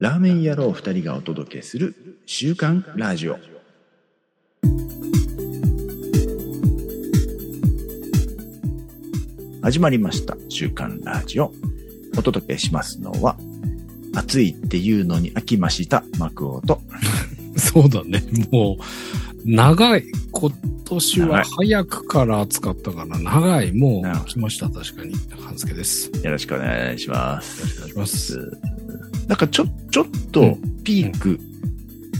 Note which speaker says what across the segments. Speaker 1: ラーメン野郎2人がお届けする「週刊ラジオ」始まりました「週刊ラジオ」お届けしますのは「暑いっていうのに飽きました」幕王と
Speaker 2: そうだね。もう、長い。今年は早くから暑かったから、長い。も
Speaker 1: なるほ
Speaker 2: う
Speaker 1: ど
Speaker 2: 来ました。確かに。半助です。
Speaker 1: よろしくお願いしま
Speaker 2: よろしくお願いします。
Speaker 1: なんかちょちょっとピーク、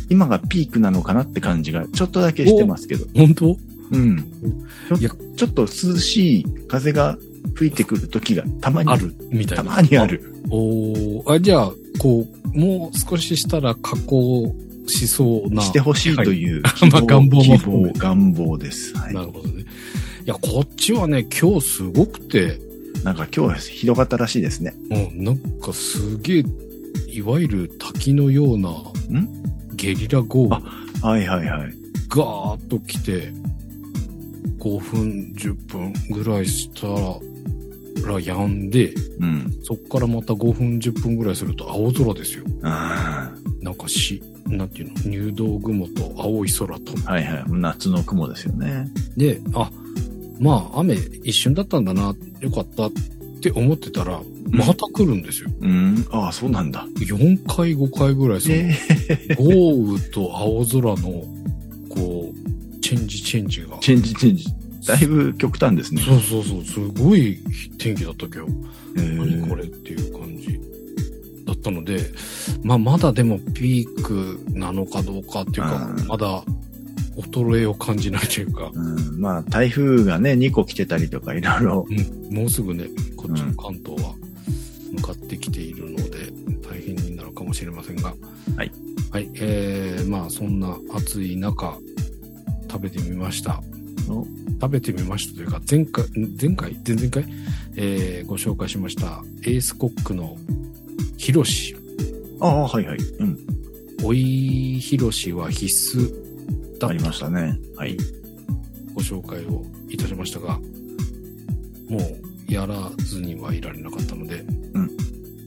Speaker 1: 今がピークなのかなって感じがちょっとだけしてますけど、
Speaker 2: 本当
Speaker 1: うん、
Speaker 2: い
Speaker 1: ち
Speaker 2: や
Speaker 1: ょちょっと涼しい風が吹いてくる時がたまに
Speaker 2: あるみたい
Speaker 1: た
Speaker 2: な。
Speaker 1: まにあ。る。
Speaker 2: おーあ、じゃあ、こう、もう少ししたら加工しそうな。
Speaker 1: してほしいと
Speaker 2: う。
Speaker 1: いう
Speaker 2: いまあ願望も
Speaker 1: 希望願望です、はい。
Speaker 2: な
Speaker 1: な
Speaker 2: るほどね。いや、こっちはね、今日すごくて、
Speaker 1: んか今日はひどかったらしいですね。
Speaker 2: うん、なんかすげえ、いわゆる滝のような、ゲリラ豪雨
Speaker 1: あはいはいはい。
Speaker 2: ガーッと来て、5分、10分ぐらいしたら、やんで、
Speaker 1: うん。
Speaker 2: そっからまた5分、10分ぐらいすると青空ですよ。
Speaker 1: あ
Speaker 2: なんかし、なんていうの、入道雲と青い空と。
Speaker 1: ーはいはい。夏の雲ですよね。
Speaker 2: で、あ、まあ雨一瞬だったんだな、よかったって思ってたら、また来るんですよ。
Speaker 1: うん。ああ、そうなんだ。
Speaker 2: 4回、5回ぐらいその、
Speaker 1: えー
Speaker 2: 豪雨と青空の、こう、チェンジチェンジが。
Speaker 1: チェンジチェンジ。だいぶ極端ですね。
Speaker 2: そうそうそう、すごい天気だった今日。
Speaker 1: えー
Speaker 2: 何これっていう感じだったので、まあまだでもピークなのかどうかっていうか
Speaker 1: う、ん
Speaker 2: まだ衰えを感じないというか、
Speaker 1: うん、まあ台風がね2個来てたりとかいろいろ
Speaker 2: うん、もうすぐね、こっちの関東は向かってきているので、大変になるかもしれませんが、
Speaker 1: はい。
Speaker 2: はい、えー、まあそんな暑い中、食べてみました。
Speaker 1: お
Speaker 2: 食べてみましたというか、前回、ん前回前々回、えーご紹介しました、エースコックのヒロシ
Speaker 1: ああはいはい、うん、
Speaker 2: おいひろしは必須だ
Speaker 1: あ
Speaker 2: っ
Speaker 1: りましたたねはい
Speaker 2: ご紹介をいたしましたが、もうやらずにはいられなかったので、
Speaker 1: うん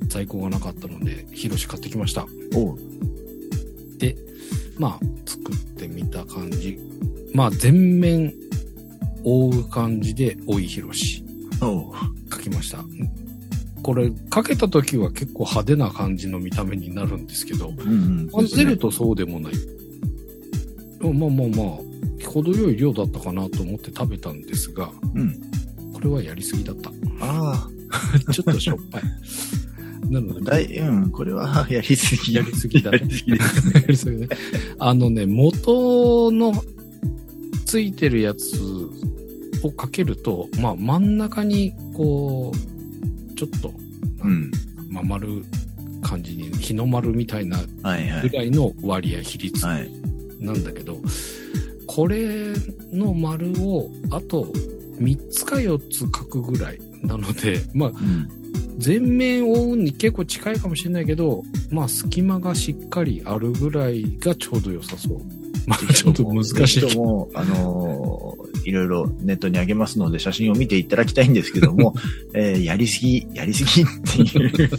Speaker 2: 在庫がなかったので、ひろし買ってきました。
Speaker 1: おう
Speaker 2: まあ、作ってみた感じ。まあ、全面覆う感じで、おいひろし
Speaker 1: おう
Speaker 2: 書きました。これ、かけた時は結構派手な感じの見た目になるんですけど、
Speaker 1: うん
Speaker 2: 混ぜるとそうでもない。まあまあまあ、程よい量だったかなと思って食べたんですが、
Speaker 1: うん
Speaker 2: これはやりすぎだった。
Speaker 1: あ
Speaker 2: ちょっとしょっぱい。 なの
Speaker 1: あ
Speaker 2: で、
Speaker 1: だいうんこれは やりすぎ
Speaker 2: やりすぎだ
Speaker 1: や
Speaker 2: ね
Speaker 1: りすぎです
Speaker 2: やりすぎね。あのね、元のついてるやつをかけると、まあ真ん中にこう、ちょっと、
Speaker 1: うん
Speaker 2: まあ丸感じに、日の丸みたいな
Speaker 1: はいは
Speaker 2: ぐ
Speaker 1: い
Speaker 2: らいの割合比率
Speaker 1: はい
Speaker 2: なんだけど、これの丸をあと3つか4つ書くぐらいなので、 まあ、
Speaker 1: うん
Speaker 2: 全面覆うに結構近いかもしれないけど、まあ、隙間がしっかりあるぐらいがちょうど良さそう。まあ、ちょっと難し
Speaker 1: ぜひと
Speaker 2: い。
Speaker 1: もあのーいろいろネットにあげますので写真を見ていただきたいんですけど も、えーやりすぎやりすぎっていう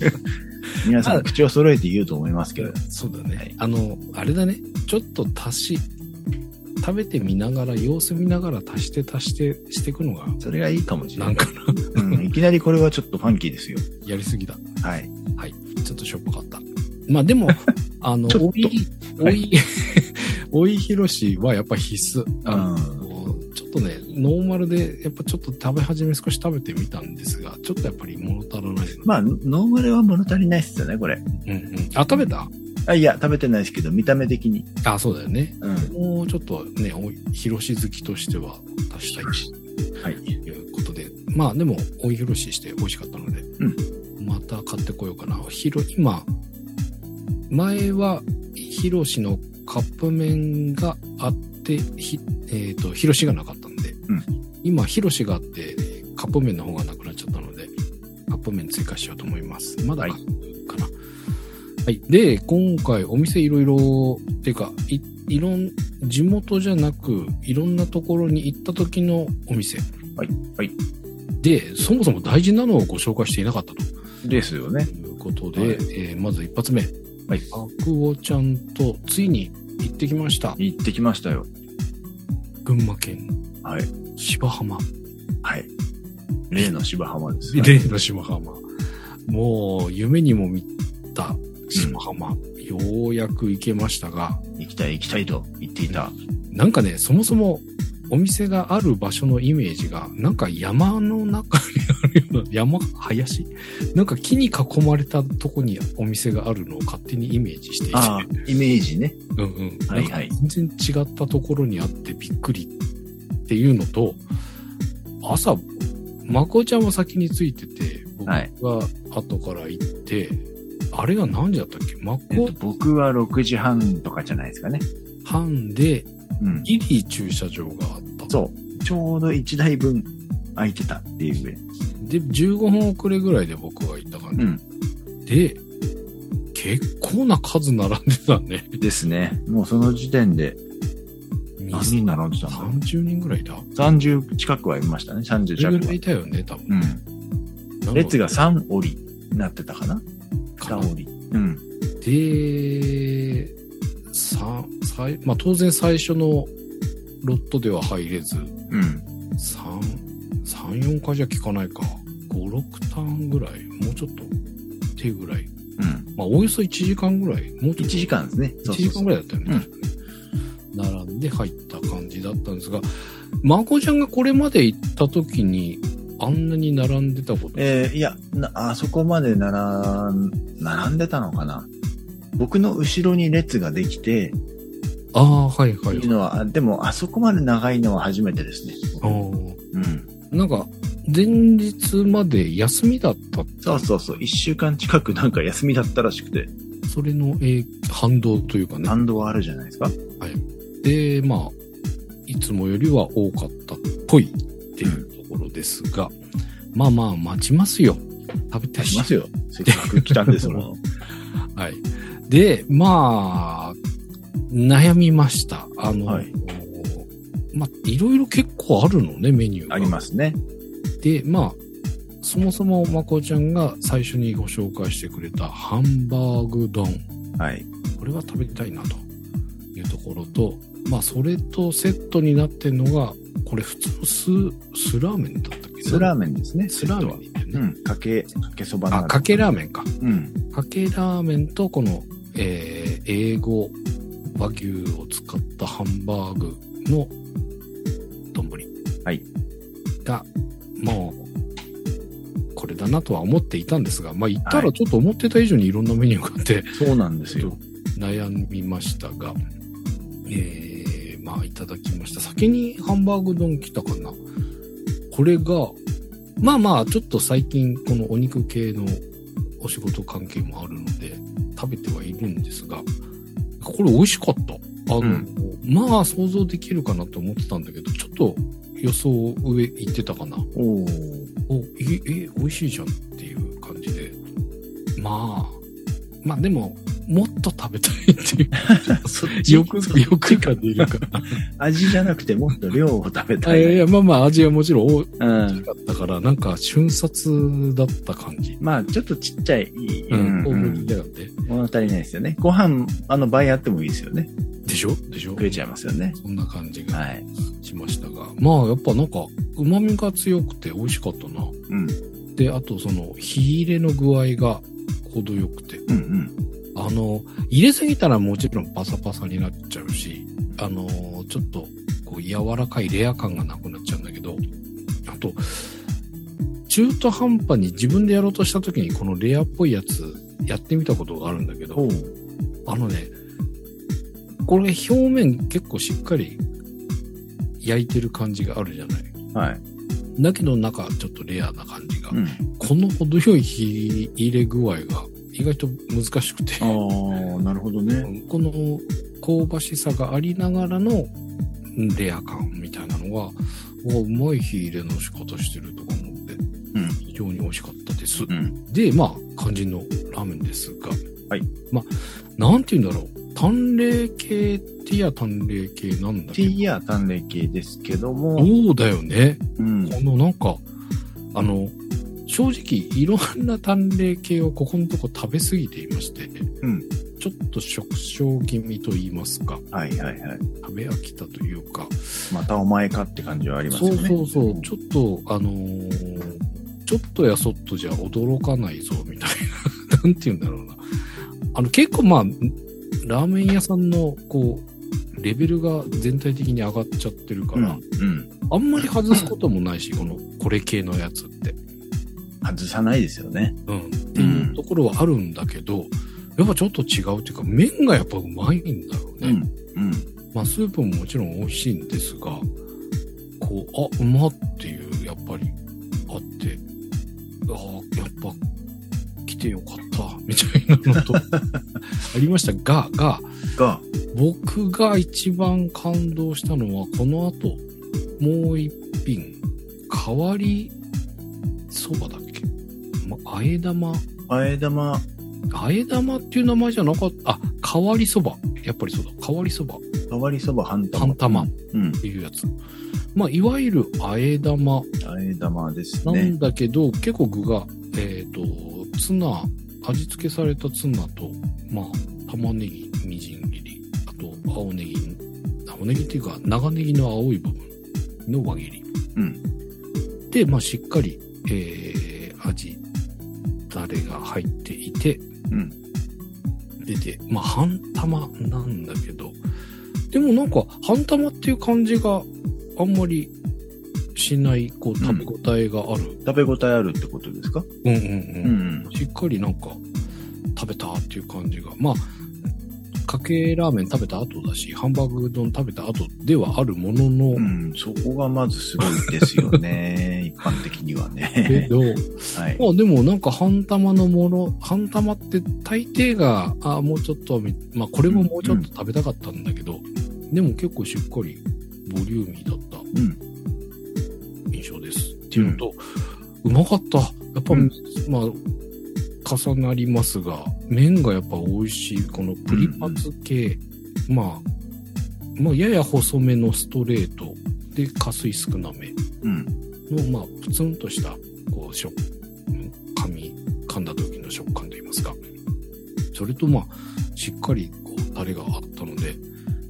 Speaker 1: 皆さん口を揃えて言うと思いますけど
Speaker 2: そうだね。あの、あれだね。ちょっと足し、食べてみながら、様子見ながら足して足してしていくのが、
Speaker 1: それがいいかもしれ
Speaker 2: な
Speaker 1: ない
Speaker 2: んかな、
Speaker 1: うん、いきなりこれはちょっとファンキーですよ
Speaker 2: やりすぎだ。
Speaker 1: はい
Speaker 2: ちょっとしょっぱかった。まあ でも、あの、
Speaker 1: ちょっと
Speaker 2: おい、おい、おい ひろしはやっぱ必須。あの
Speaker 1: う
Speaker 2: ちょっとね、ノーマルで、やっぱちょっと食べ始め少し食べてみたんですが、ちょっとやっぱり物足らないな。
Speaker 1: まあ、ノーマルは物足りないっすよね、これ。
Speaker 2: うんうん。あ、食べた
Speaker 1: あいや、食べてないですけど、見た目的に。
Speaker 2: あ、そうだよね。
Speaker 1: うん。
Speaker 2: もうちょっとね、おい、ひろし好きとしては出したい
Speaker 1: はい。
Speaker 2: ということで、まあでも、おいひろしして美味しかったので、
Speaker 1: うん
Speaker 2: また買ってこようかな。ひろ、今、前は、ひろしのカップ麺があって、ひ、えっ、と、ひろしがなかったんで、
Speaker 1: うん
Speaker 2: 今、ひろしがあって、カップ麺の方がなくなっちゃったので、カップ麺追加しようと思います。まだ
Speaker 1: はい
Speaker 2: 買うかな。はい。で、今回お店いろいろ、っていうか、い、いろん、地元じゃなく、いろんなところに行った時のお店。
Speaker 1: はい。はい。
Speaker 2: で、そもそも大事なのをご紹介していなかったと
Speaker 1: ですよね。
Speaker 2: いうことで、
Speaker 1: はい
Speaker 2: えーまず一発目、
Speaker 1: はい。
Speaker 2: あくおちゃんとついに行ってきました。
Speaker 1: 行ってきましたよ。
Speaker 2: 群馬県
Speaker 1: はい。
Speaker 2: 芝浜。
Speaker 1: はい。例の芝浜です。
Speaker 2: 例の芝浜。もう夢にも見た芝浜。ようやく行けましたが、
Speaker 1: 行きたい行きたいと言っていた。
Speaker 2: なんかね、そもそもお店がある場所のイメージが、なんか山の中にあるような、山、林なんか木に囲まれたとこにお店があるのを勝手にイメージしていて、
Speaker 1: ああ、イメージね。
Speaker 2: うんうん。
Speaker 1: はいはい
Speaker 2: なんか全然違ったところにあってびっくりっていうのと、朝、まこちゃんは先についてて、僕が
Speaker 1: はい
Speaker 2: 後から行って、あれが何時だったっけま
Speaker 1: えっと
Speaker 2: こ、
Speaker 1: 僕は6時半とかじゃないですかね。
Speaker 2: 班で
Speaker 1: うん。
Speaker 2: ギリ駐車場があった。
Speaker 1: そう。ちょうど1台分空いてたっていうぐらい。
Speaker 2: で、15分遅れぐらいで僕が行った感じ。
Speaker 1: うん。
Speaker 2: で、結構な数並んでたね。
Speaker 1: ですね。もうその時点で何人並んでたんだ
Speaker 2: ?30 人ぐらいだ
Speaker 1: 30近くはいましたね。30
Speaker 2: それ
Speaker 1: 近
Speaker 2: ぐ
Speaker 1: く
Speaker 2: ら
Speaker 1: はい
Speaker 2: い。たよね、多
Speaker 1: う
Speaker 2: 分。
Speaker 1: ん。
Speaker 2: なんか
Speaker 1: 列が3折になってたかな
Speaker 2: かな
Speaker 1: ?2 折。うん。
Speaker 2: で、さ最まあ、当然最初のロットでは入れず、
Speaker 1: うん。
Speaker 2: 3、3、4回じゃ効かないか。5、6ターンぐらい、もうちょっとっていうぐらい。
Speaker 1: うん。
Speaker 2: まあ、およそ1時間ぐらい、もうち
Speaker 1: 1
Speaker 2: ょっと。
Speaker 1: 時間ですね。
Speaker 2: 1時間ぐ
Speaker 1: らい。
Speaker 2: らいだったよね。確かね並んで入った感じだったんですが、まこちゃんがこれまで行った時に、あんなに並んでたこと、
Speaker 1: えーいや、なあそこまで並ん、並んでたのかな僕の後ろに列ができて、
Speaker 2: ああ、はいはいい
Speaker 1: る。のは、あでも、あそこまで長いのは初めてですね。
Speaker 2: あー
Speaker 1: うん。
Speaker 2: なんか、前日まで休みだったって
Speaker 1: そうそうそう。一週間近くなんか休みだったらしくて、
Speaker 2: それの、えー反動というかね。
Speaker 1: 感動はあるじゃないですか。
Speaker 2: で、まあ、いつもよりは多かったっぽいっていうところですが、まあまあ、待ちますよ。食べたい
Speaker 1: し
Speaker 2: し
Speaker 1: ま。すよ。せっかく来たんです もの。
Speaker 2: はい。で、まあ、悩みました。あの、
Speaker 1: はい
Speaker 2: まあ、いろいろ結構あるのね、メニューが。
Speaker 1: ありますね。
Speaker 2: で、まあ、そもそもまこちゃんが最初にご紹介してくれたハンバーグ丼。
Speaker 1: はい。
Speaker 2: これは食べたいなというところと、まあ、それとセットになってるのが、これ普通のス、スラーメンだったっけ
Speaker 1: スラー
Speaker 2: メ
Speaker 1: メンですね。
Speaker 2: スラーメンだよ
Speaker 1: う
Speaker 2: ね。
Speaker 1: ん。かけ、かけそば
Speaker 2: あ、かけラー
Speaker 1: メ
Speaker 2: メンか。
Speaker 1: ン。うん。
Speaker 2: かけラーメンとこの、えー、英語和牛を使ったハンバーグの丼。
Speaker 1: はい。
Speaker 2: が、もう、これだなとは思っていたんですが、まあ、行ったらちょっと思ってた以上にいろんなメニューがあって、
Speaker 1: そうなんですよ。
Speaker 2: 悩みましたが、えー、まあいただきました。先にハンバーグ丼来たかな。これが、まあまあ、ちょっと最近このお肉系のお仕事関係もあるので、食べてはいるんですが、これ美味しかった。あの、
Speaker 1: うん
Speaker 2: まあ想像できるかなと思ってたんだけど、ちょっと予想上行ってたかな。
Speaker 1: おー
Speaker 2: おええ美味しいじゃんっていう感じでまあまあでももっと食べたいっていう
Speaker 1: そ っち
Speaker 2: 欲欲が出るから
Speaker 1: 味じゃなくてもっと量を食べ
Speaker 2: あ
Speaker 1: た
Speaker 2: いやい
Speaker 1: い。
Speaker 2: やまあまあ味はもちろん大
Speaker 1: うん。
Speaker 2: きかったからなんか瞬殺だった感じ
Speaker 1: まあ、ちょっとちっちゃい。うん。う
Speaker 2: 大盛り
Speaker 1: ん
Speaker 2: だよね
Speaker 1: 物足りないですよね。ご飯、あの、倍あってもいいですよね。
Speaker 2: でしょでしょ
Speaker 1: 食えちゃいますよね。
Speaker 2: そんな感じが
Speaker 1: はい。
Speaker 2: しましたが、まあやっぱなんか旨味が強くて美味しかったな
Speaker 1: うん。
Speaker 2: であとその火入れの具合が程よくて
Speaker 1: うんうん。
Speaker 2: あの、入れすぎたらもちろんパサパサになっちゃうし、あの、ちょっと、こう、柔らかいレア感がなくなっちゃうんだけど、あと、中途半端に自分でやろうとした時にこのレアっぽいやつやってみたことがあるんだけ
Speaker 1: お
Speaker 2: ど、
Speaker 1: う
Speaker 2: あのね、これ表面結構しっかり焼いてる感じがあるじゃない。
Speaker 1: はい。
Speaker 2: だけど中ちょっとレアな感じが。
Speaker 1: うん。
Speaker 2: この程よい火入れ具合が意外と難しくて。
Speaker 1: ああ、なるほどね。
Speaker 2: この香ばしさがありながらのうんレア感みたいなのが、おうまい火入れの仕方してるとか思って、
Speaker 1: ん
Speaker 2: 非常に美味しかったです。
Speaker 1: うん。
Speaker 2: で、まあ、肝心のラーメンですが、
Speaker 1: はい。
Speaker 2: まあ、なんて言うんだろう。淡麗系、ティア淡麗系なんだ
Speaker 1: テ
Speaker 2: けど
Speaker 1: ィーヤ単麗系ですけども、
Speaker 2: そうだよね。
Speaker 1: うん。
Speaker 2: このなんか、あの、正直いろんな淡麗系をここのとこ食べ過ぎていまして、
Speaker 1: うん
Speaker 2: ちょっと食傷気味と言いますか、
Speaker 1: はいはいはい。
Speaker 2: 食べ飽きたというか、
Speaker 1: またお前かって感じはあります
Speaker 2: そ
Speaker 1: よ
Speaker 2: う
Speaker 1: ね。
Speaker 2: そうそう、ちょっと、あのーちょっとやそっとじゃ驚かないぞ、みたいな。 なんて言うんだろうな。あの、結構まあ、ラーメン屋さんの、こう、レベルが全体的に上がっちゃってるか
Speaker 1: うん。
Speaker 2: ら、
Speaker 1: うん。
Speaker 2: あんまり外すこともないし、この、これ系のやつって。
Speaker 1: 外さないですよね。
Speaker 2: うん。っていうところはあるんだけど、やっぱちょっと違うっていうか、麺がやっぱうまいんだろう
Speaker 1: う
Speaker 2: ね。
Speaker 1: ん。うん。
Speaker 2: まあ、スープももちろん美味しいんですが、こう、あ、うまっていう、やっぱり、あって、ああ、やっぱ、来てよかった、みたいなのと、ありましたが、が、
Speaker 1: が、
Speaker 2: 僕が一番感動したのは、この後、もう一品、変わりそばだっけ、ま、あえ玉、
Speaker 1: あえ玉、
Speaker 2: あえ玉っていう名前じゃなかった、あ、変わりそば。やっぱりそうだ、変わりそば。
Speaker 1: 変わりそば半玉。
Speaker 2: 半玉。
Speaker 1: うん
Speaker 2: っ。ていうやつ。まあ、いわゆるあえ玉
Speaker 1: あえ玉です
Speaker 2: な
Speaker 1: ね
Speaker 2: ん。だけど、結構具が、えっ、と、ツナ、味付けされたツナと、まあ、玉ねぎ、みじん切り、あと、青ネギ、青ネギっていうか、長ネギの青い部分の輪切り。
Speaker 1: うん
Speaker 2: で、まあ、しっかり、えー、味、タレが入っていて、
Speaker 1: うん
Speaker 2: 出て、まあ、半玉なんだけど、でもなんか、半玉っていう感じがあんまりしない、こう、食べ応えがある。
Speaker 1: 食べ応えあるってことですか
Speaker 2: うん、うん、うん
Speaker 1: う。ん。
Speaker 2: しっかりなんか食べたっていう感じがまあかけラーメン食べた後だしハンバーグ丼食べた後ではあるものの、
Speaker 1: うん。そこがまずすごいですよ ね。一般的には
Speaker 2: け
Speaker 1: ね。
Speaker 2: ど
Speaker 1: はい。
Speaker 2: まあでもなんか半玉のもの半玉って大抵があもうちょっとみまあこれももうちょっと食べたかったんだけど、でも結構しっかりボリューミーだった
Speaker 1: うん。
Speaker 2: 印象ですっていうのと、うまかったやっぱ、
Speaker 1: うん
Speaker 2: まあ重なりますが麺がやっぱ美味しいこのプリパツ系、まあ、まあやや細めのストレートで加水少なめ
Speaker 1: うん。
Speaker 2: のまあプツンとしたこう食うん噛み噛んだ時の食感といいますかそれとまあしっかりこうタレがあったので、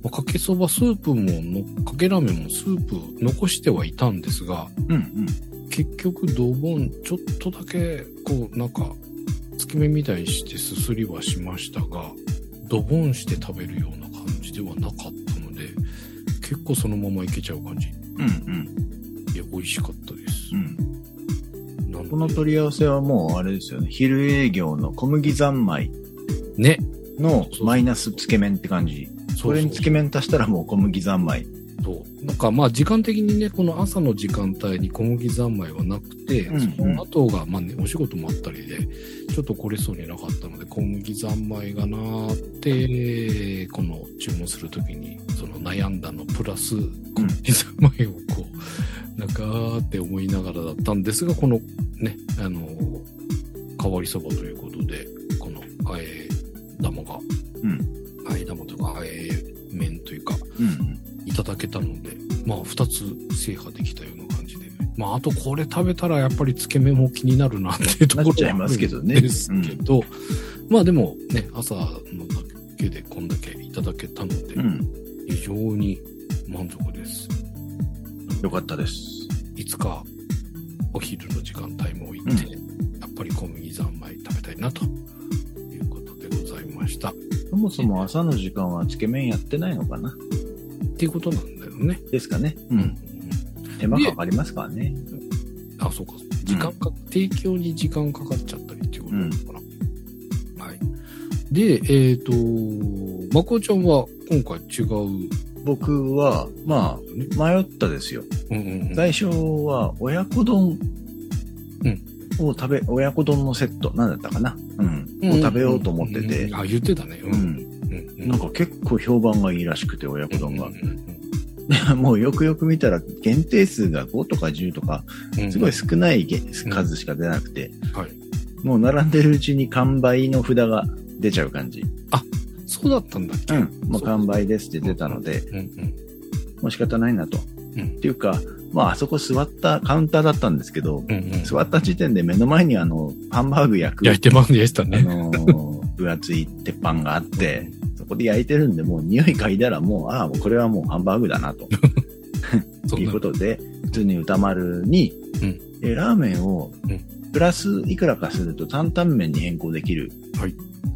Speaker 2: まあかけそばスープものかけラーメンもスープ残してはいたんですが
Speaker 1: うん。うん。
Speaker 2: 結局ドボンちょっとだけこうなんかつき目みたいにしてすすりはしましたがドボンして食べるような感じではなかったので結構そのままいけちゃう感じ
Speaker 1: うん。うん。
Speaker 2: で美味しかったです
Speaker 1: う、ん。
Speaker 2: なので
Speaker 1: この取り合わせはもうあれですよね。昼営業の小麦三昧
Speaker 2: ね
Speaker 1: のマイナスつけ麺って感じ。
Speaker 2: そ
Speaker 1: これにつけ麺足したらもう小麦三昧。
Speaker 2: そうなんかまあ時間的にねこの朝の時間帯に小麦三昧はなくて、
Speaker 1: うんうん
Speaker 2: その後がまあ、ね、お仕事もあったりでちょっと来れそうになかったので小麦三昧がなーってこの注文する時にその悩んだのプラス小麦三昧をこうなんかーって思いながらだったんですがこのねあの変わりそばということでこのあえ玉が、
Speaker 1: うん
Speaker 2: あえ玉とかあえ麺というか
Speaker 1: うん。
Speaker 2: いただけたので、まあ、2つ制覇できたような感じで、まあ、あとこれ食べたらやっぱりつけ麺も気になるなっていうところ
Speaker 1: なっちゃいますけどね
Speaker 2: はあるんですけど、まあでもね、朝のだけでこんだけいただけたので、
Speaker 1: うん。
Speaker 2: 非常に満足です。
Speaker 1: よかったです。
Speaker 2: いつかお昼の時間帯も行って、やっぱり小麦三昧食べたいなということでございました。っ
Speaker 1: そもそも朝の時間はつけ麺やってないのかな
Speaker 2: ていうことなんだよね。
Speaker 1: ですかね。う。
Speaker 2: うん
Speaker 1: 手間かかりますからね。
Speaker 2: あ、そうか。時間か、提供に時間かかっちゃったりっていうことなのかな。はい。で、えっ、と、まこちゃんは今回違う。
Speaker 1: 僕は、まあ、迷ったですよ。
Speaker 2: うんうんうん。
Speaker 1: 最初は親子丼
Speaker 2: うん
Speaker 1: を食べ、親子丼のセット、なんだったかなうん。を食べようと思って
Speaker 2: うんう
Speaker 1: て
Speaker 2: ん。あ、言ってたね。う。
Speaker 1: うんん。
Speaker 2: うん
Speaker 1: なんか結構評判がいいらしくて、親子丼が
Speaker 2: うん。うん
Speaker 1: もうよくよく見たら限定数が5とか10とか、
Speaker 2: うん
Speaker 1: すごい少ないげ
Speaker 2: ん
Speaker 1: 数しか出なくて、
Speaker 2: はい。
Speaker 1: もう並んでるうちに完売の札が出ちゃう感じ。
Speaker 2: そうだったんだっけ
Speaker 1: もう完売ですって出たので、
Speaker 2: うんうん。
Speaker 1: もう仕方ないなと。
Speaker 2: うん
Speaker 1: っていうか、まああそこ座ったカウンターだったんですけど、
Speaker 2: うんうん。
Speaker 1: 座った時点で目の前にあの、ハンバーグ焼く、
Speaker 2: 焼いてます、焼いてた
Speaker 1: あ
Speaker 2: ね。
Speaker 1: のー 分厚い鉄板があって、そこで焼いてるんで、もう匂い嗅いだらもう、ああ、もうこれはもうハンバーグだなと。
Speaker 2: そ
Speaker 1: と
Speaker 2: ん
Speaker 1: いう
Speaker 2: な
Speaker 1: ことで、普通に歌丸に、
Speaker 2: うん
Speaker 1: えラーメンを
Speaker 2: うん
Speaker 1: プラスいくらかすると担々麺に変更できる
Speaker 2: はい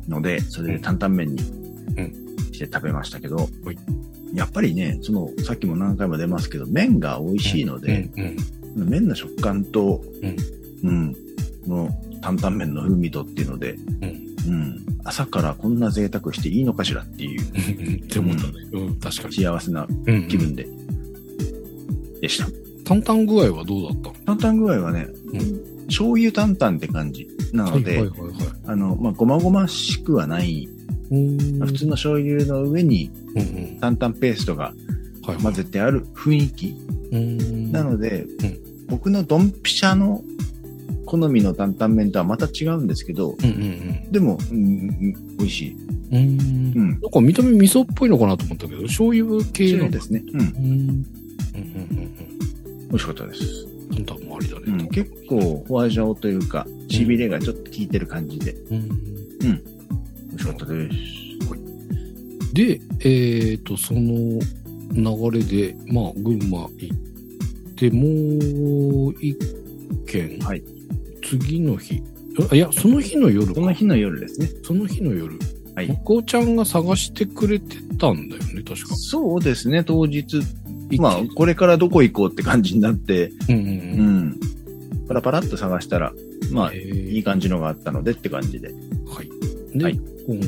Speaker 1: ので、それで担々麺に
Speaker 2: うん
Speaker 1: して食べましたけど、
Speaker 2: はい
Speaker 1: やっぱりね、その、さっきも何回も出ますけど、麺が美味しいので、
Speaker 2: うんうん
Speaker 1: 麺の食感と、
Speaker 2: うん
Speaker 1: うん、この担々麺の風味とっていうので、
Speaker 2: うん
Speaker 1: うん、朝からこんな贅沢していいのかしらっていう
Speaker 2: うんって思ったね。うん、確かに。
Speaker 1: 幸せな
Speaker 2: うんうん
Speaker 1: 気分で、でした。
Speaker 2: 担々具合はどうだったの
Speaker 1: 担々具合はね、
Speaker 2: う
Speaker 1: 醤油担々って感じなので、
Speaker 2: はいはいはいはい
Speaker 1: あの、まあ、ごまごましくはない、
Speaker 2: うーん。
Speaker 1: 普通の醤油の上に
Speaker 2: うんうん。
Speaker 1: 担々ペーストが
Speaker 2: はいはい
Speaker 1: 混ぜてある雰囲気
Speaker 2: うーん
Speaker 1: なので、
Speaker 2: うん
Speaker 1: 僕のドンピシャの好みの担々麺とはまた違うんですけど、
Speaker 2: うんうん
Speaker 1: でも、うんうん美味しい。
Speaker 2: うん。うーん。
Speaker 1: うん。
Speaker 2: なんか見た目味噌っぽいのかなと思ったけど、醤油系
Speaker 1: 醤油
Speaker 2: なんだ。
Speaker 1: ですね。うん。
Speaker 2: うん。うんうん
Speaker 1: 美味しかったです。
Speaker 2: うんうん。担々もありだね。
Speaker 1: うん、結構、ホワジャオというか、しびれがちょっと効いてる感じで、
Speaker 2: うん。
Speaker 1: 美味しかったです。
Speaker 2: で、えっとその流れで、まあ、群馬行ってもう一軒、
Speaker 1: はい
Speaker 2: 次の日あいやその日の夜か
Speaker 1: その日の夜ですね。
Speaker 2: その日の夜
Speaker 1: はい
Speaker 2: 向こうちゃんが探してくれてたんだよね確か
Speaker 1: そうですね、当日。まあ、これからどこ行こうって感じになって、
Speaker 2: うんうん
Speaker 1: う
Speaker 2: うん
Speaker 1: ん。パラパラっと探したら、まあ、い
Speaker 2: えー
Speaker 1: い感じのがあったのでって感じで。
Speaker 2: はいで、
Speaker 1: はい
Speaker 2: 今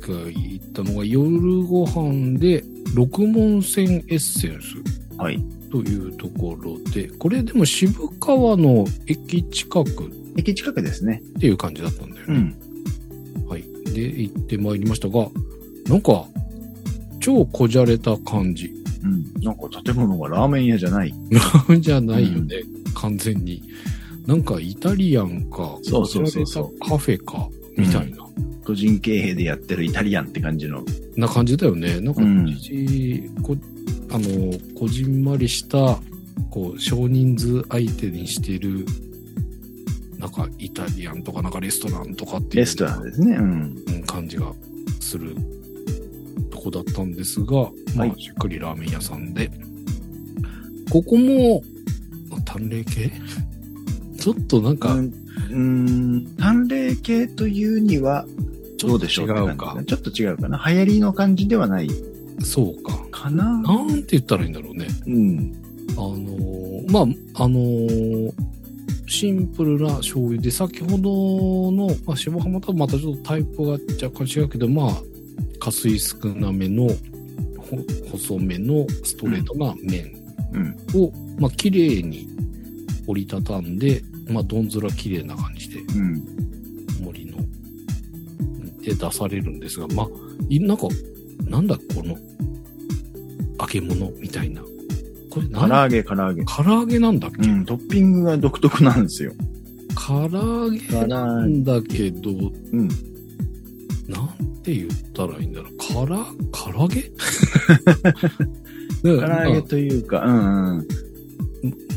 Speaker 2: 回行ったのが夜ご飯で六門線エッセンス
Speaker 1: はい。
Speaker 2: というところでこれでも渋川の駅近く
Speaker 1: 駅近くですね。
Speaker 2: っていう感じだったんだよ
Speaker 1: う
Speaker 2: ね。
Speaker 1: ん。
Speaker 2: はい。で、行ってまいりましたが、なんか、超こじゃれた感じ。
Speaker 1: うん。なんか建物がラーメン屋じゃない。
Speaker 2: じゃないよね、完全に。なんかイタリアンか、
Speaker 1: そうそうそうそう
Speaker 2: こじゃれたカフェか、みたいな、
Speaker 1: 個人経営でやってるイタリアンって感じの。
Speaker 2: な感じだよね。なんか、
Speaker 1: うん
Speaker 2: こあの、こじんまりした、こう、少人数相手にしてる、なんかイタリアンとか、なんかレストランとかっていう。
Speaker 1: レストランですね。うん。
Speaker 2: うん感じがするとこだったんですが、まあ
Speaker 1: はい
Speaker 2: しっかりラーメン屋さんで、ここも、淡麗系 ちょっとなんか、
Speaker 1: うんうん。淡麗系というには、
Speaker 2: ち
Speaker 1: ど
Speaker 2: ょっ
Speaker 1: う
Speaker 2: と
Speaker 1: でしょ
Speaker 2: 違
Speaker 1: うって感じ
Speaker 2: うか
Speaker 1: だね。ちょっと違うかな。流行りの感じではない
Speaker 2: そうか。
Speaker 1: かな。
Speaker 2: なんて言ったらいいんだろうね。
Speaker 1: うん。
Speaker 2: あのーまあ、あのーシンプルな醤油で、先ほどの、まあ、白浜とはまたちょっとタイプが若干違うけど、まあ、加水少なめの、ほ細めのストレートな麺
Speaker 1: うん。
Speaker 2: を、まあ、綺麗に折りたたんで、まあ、どんずら綺麗な感じで
Speaker 1: うん。
Speaker 2: 森ので出されるんですが、まあ、いなんか、なんだこの揚げ物みたいな。これ
Speaker 1: 唐
Speaker 2: 何
Speaker 1: 揚げ、唐揚げ。
Speaker 2: 唐揚げなんだっけ、
Speaker 1: うん。トッピングが独特なんですよ。
Speaker 2: 唐揚げ
Speaker 1: 唐
Speaker 2: な
Speaker 1: 揚げ。
Speaker 2: んだけど、
Speaker 1: うん。
Speaker 2: なんて言ったらいいんだろう。から、唐 揚げ
Speaker 1: 唐揚げというか、うん、うん。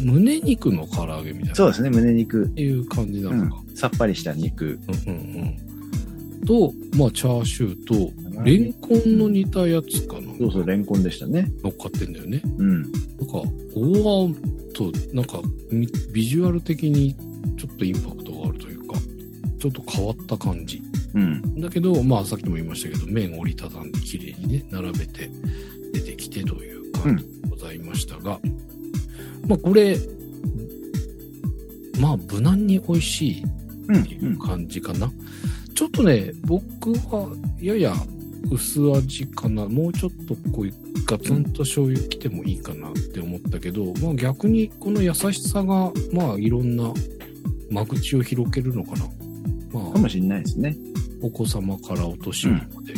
Speaker 2: 胸肉の唐揚げみたいな。
Speaker 1: そうですね、胸肉
Speaker 2: っ。ていう感じなのか。
Speaker 1: さっぱりした肉。
Speaker 2: うんうんうん。と、まあ、チャーシューと、レンコンの煮たやつかな、
Speaker 1: そうそう、レンコンでしたね。
Speaker 2: 乗っかってんだよね。
Speaker 1: うん。
Speaker 2: なんか、おわと、なんか、みビジュアル的にちょっとインパクトがあるというか、ちょっと変わった感じ。
Speaker 1: うん。
Speaker 2: だけど、まあ、さっきも言いましたけど、麺折りたたんで綺麗にね、並べて出てきてという感じでございましたが、まあ、これ、まあ、無難に美味しい
Speaker 1: うん。
Speaker 2: っていう感じかな。ちょっとね、僕はやや薄味かな。もうちょっとこういうガツンと醤油きてもいいかなって思ったけど、まあ逆にこの優しさが、まあいろんな間口を広げるのかな。ま
Speaker 1: か
Speaker 2: あ、
Speaker 1: もしれないですね。
Speaker 2: お子様からお年寄りまで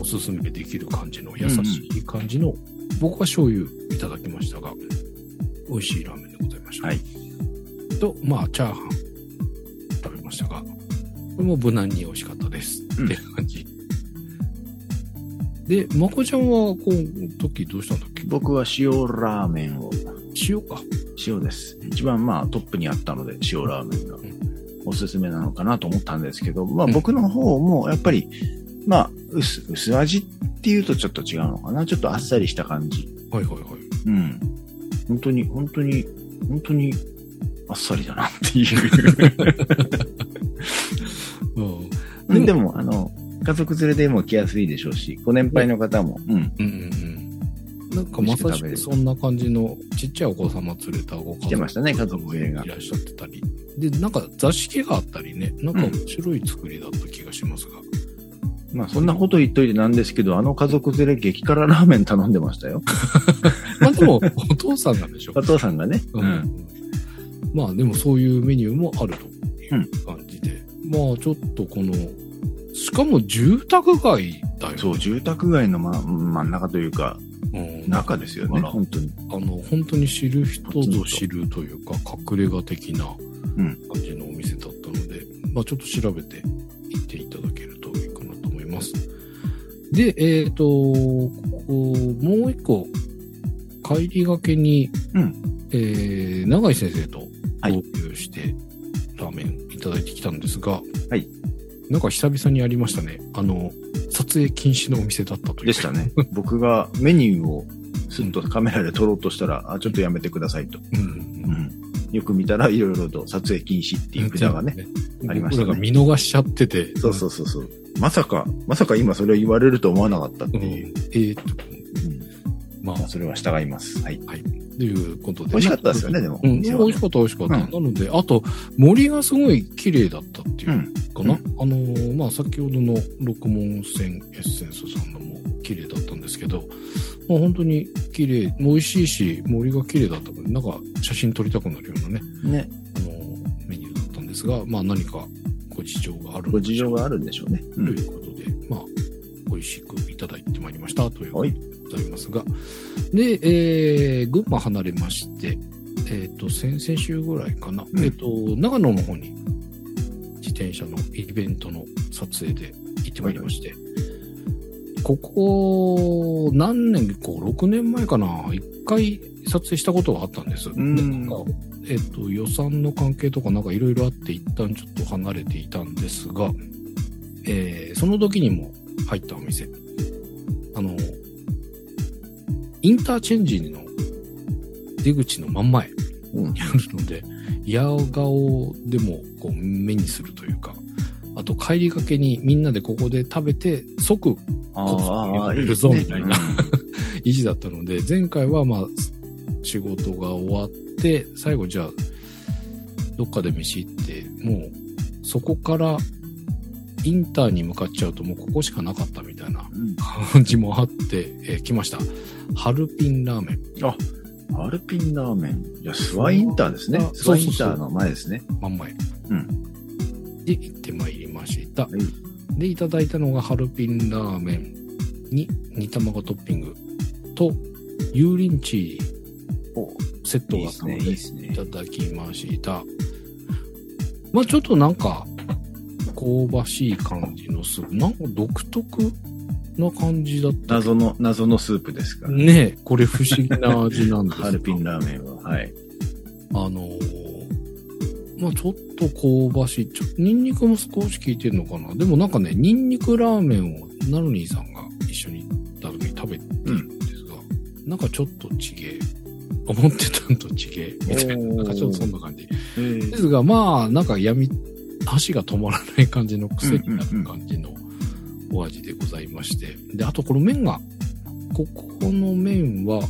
Speaker 2: おすすめできる感じの優しい感じの、僕は醤油いただきましたが、美味しいラーメンでございました。
Speaker 1: はい
Speaker 2: と、まあ、チャーハン食べましたが、これも無難に美味しかったです。
Speaker 1: うん
Speaker 2: って感じ。で、まこちゃんは、この時どうしたんだっけ
Speaker 1: 僕は塩ラーメンを。
Speaker 2: 塩か。
Speaker 1: 塩です。一番まあトップにあったので、塩ラーメンが。おすすめなのかなと思ったんですけど、まあ僕の方もやっぱり、まあ薄、薄味っていうとちょっと違うのかな。ちょっとあっさりした感じ。
Speaker 2: はいはいはい。
Speaker 1: うん。本当に、本当に、本当にあっさりだなって いう。
Speaker 2: うん。
Speaker 1: うんでも、あの、家族連れでも来やすいでしょうし、ご年配の方も、うん、
Speaker 2: うんうんうん。なんかまさしくそんな感じのちっちゃいお子様連れたご家族
Speaker 1: 来てましたね家族連れが
Speaker 2: いらっしゃってたり。で、なんか座敷があったりね、なんか面白い作りだった気がしますが。
Speaker 1: まあそんなこと言っといてなんですけど、あの家族連れ激辛ラーメン頼んでました よ。
Speaker 2: まあでも、お父さんなんでしょう
Speaker 1: お。父さんがね。 うん。
Speaker 2: まあでもそういうメニューもあるという感じで、まあちょっとこのしかも住宅街だよ
Speaker 1: そう、住宅街の、ま、真ん中というか、
Speaker 2: うん、あ
Speaker 1: 中ですよね、
Speaker 2: あら
Speaker 1: 本当に。
Speaker 2: の本当に知る人ぞ知るというか隠れ家的な
Speaker 1: うん
Speaker 2: 感じのお店だったので、まあちょっと調べて行っていただけるといいかなと思いますでえっ、とここもう一個帰りがけに、
Speaker 1: うん
Speaker 2: えー永井先生と
Speaker 1: はい
Speaker 2: 合流してラーメンいただいてきたんですが、
Speaker 1: はい
Speaker 2: なんか久々にありましたねあの撮影禁止のお店だったという
Speaker 1: でしたね。 僕がメニューをすっとカメラで撮ろうとしたら、あ、ちょっとやめてくださいと。
Speaker 2: うん
Speaker 1: う
Speaker 2: うん
Speaker 1: ん。よく見たら、いろいろと撮影禁止っていう札がね。ありましたね
Speaker 2: 僕らが見逃しちゃってて。
Speaker 1: そうそうそうそう。まさか、まさか今それを言われると思わなかったって
Speaker 2: うん。え
Speaker 1: いう。
Speaker 2: ーと、
Speaker 1: うん
Speaker 2: まあ
Speaker 1: まあ、それは従います。はい。
Speaker 2: ということで。
Speaker 1: 美味しかったですよね、でも。
Speaker 2: うん、
Speaker 1: お
Speaker 2: 美
Speaker 1: 店はね
Speaker 2: 味しかった、美味しかった。
Speaker 1: うん。
Speaker 2: なので、あと、森がすごい綺麗だったっていううんかな。
Speaker 1: う
Speaker 2: あのーまあ、先ほどの六門線エッセンスさんのも綺麗だったんですけど、まあ、本当に綺麗、美味しいし、森が綺麗だったので、なんか写真撮りたくなるようなね、
Speaker 1: ね。
Speaker 2: あのーメニューだったんですが、まあ、何かご事情がある
Speaker 1: ご事情があるんでしょうね。う
Speaker 2: と
Speaker 1: ん。
Speaker 2: いうことで、まあ、美味しくいただいてまいりましたということ
Speaker 1: はい
Speaker 2: でございますが、で、えー群馬離れまして、えっ、と、先々週ぐらいかな、
Speaker 1: ん
Speaker 2: えっ、と、長野の方に自転車のイベントの撮影で行ってまいりまして、ここ、何年、5、6年前かな、一回撮影したことはあったんです。
Speaker 1: ん
Speaker 2: でなんかえっと、予算の関係とかなんかいろいろあって一旦ちょっと離れていたんですが、えーその時にも入ったお店。あの、インターチェンジの出口の真ん前
Speaker 1: うん
Speaker 2: にあるので、 八顔でもこう目にするというか、あと帰りがけにみんなでここで食べて即
Speaker 1: ああ、いい
Speaker 2: る
Speaker 1: です
Speaker 2: ぞ
Speaker 1: ね
Speaker 2: みたいな維持だったので、前回はまあ、仕事が終わって、最後じゃあ、どっかで飯行って、もう、そこから、インターに向かっちゃうともうここしかなかったみたいな
Speaker 1: うん
Speaker 2: 感じもあって、えー来ました。ハルピンラーメン。
Speaker 1: うんアルピンラーメン。いや、スワインターですね
Speaker 2: あ。
Speaker 1: スワイ
Speaker 2: そう
Speaker 1: ン
Speaker 2: そう
Speaker 1: タ
Speaker 2: そう
Speaker 1: ーの前ですね。
Speaker 2: 真ん前。
Speaker 1: うん。
Speaker 2: で、行ってまいりました。
Speaker 1: い
Speaker 2: で、いただいたのが、ハルピンラーメンに、煮卵トッピングと、油淋鶏
Speaker 1: お
Speaker 2: セット
Speaker 1: いい
Speaker 2: が
Speaker 1: で
Speaker 2: あっ
Speaker 1: す
Speaker 2: たの
Speaker 1: ね。
Speaker 2: で
Speaker 1: いいですね
Speaker 2: い。ただきました。まあちょっとなんか、香ばしい感じのスープ。なんか独特な感じだっ
Speaker 1: 謎の、謎のスープですか
Speaker 2: た。
Speaker 1: ら。
Speaker 2: ねえこれ不思議な味なんですが
Speaker 1: ハルピンラーメン は。はい。
Speaker 2: あのーまあちょっと香ばしい。ちょニンニクも少し効いてるのかな。でもなんかね、ニンニクラーメンをナルニーさんが一緒に行った時に食べてるんですが、なんかちょっとちげえ。思ってたんとちげえ。みたいな。なんかちょっとそんな感じ。ですが、まあ、なんか闇、箸が止まらない感じの癖になる感じのお味でございまして。で、あとこの麺が、ここの麺は、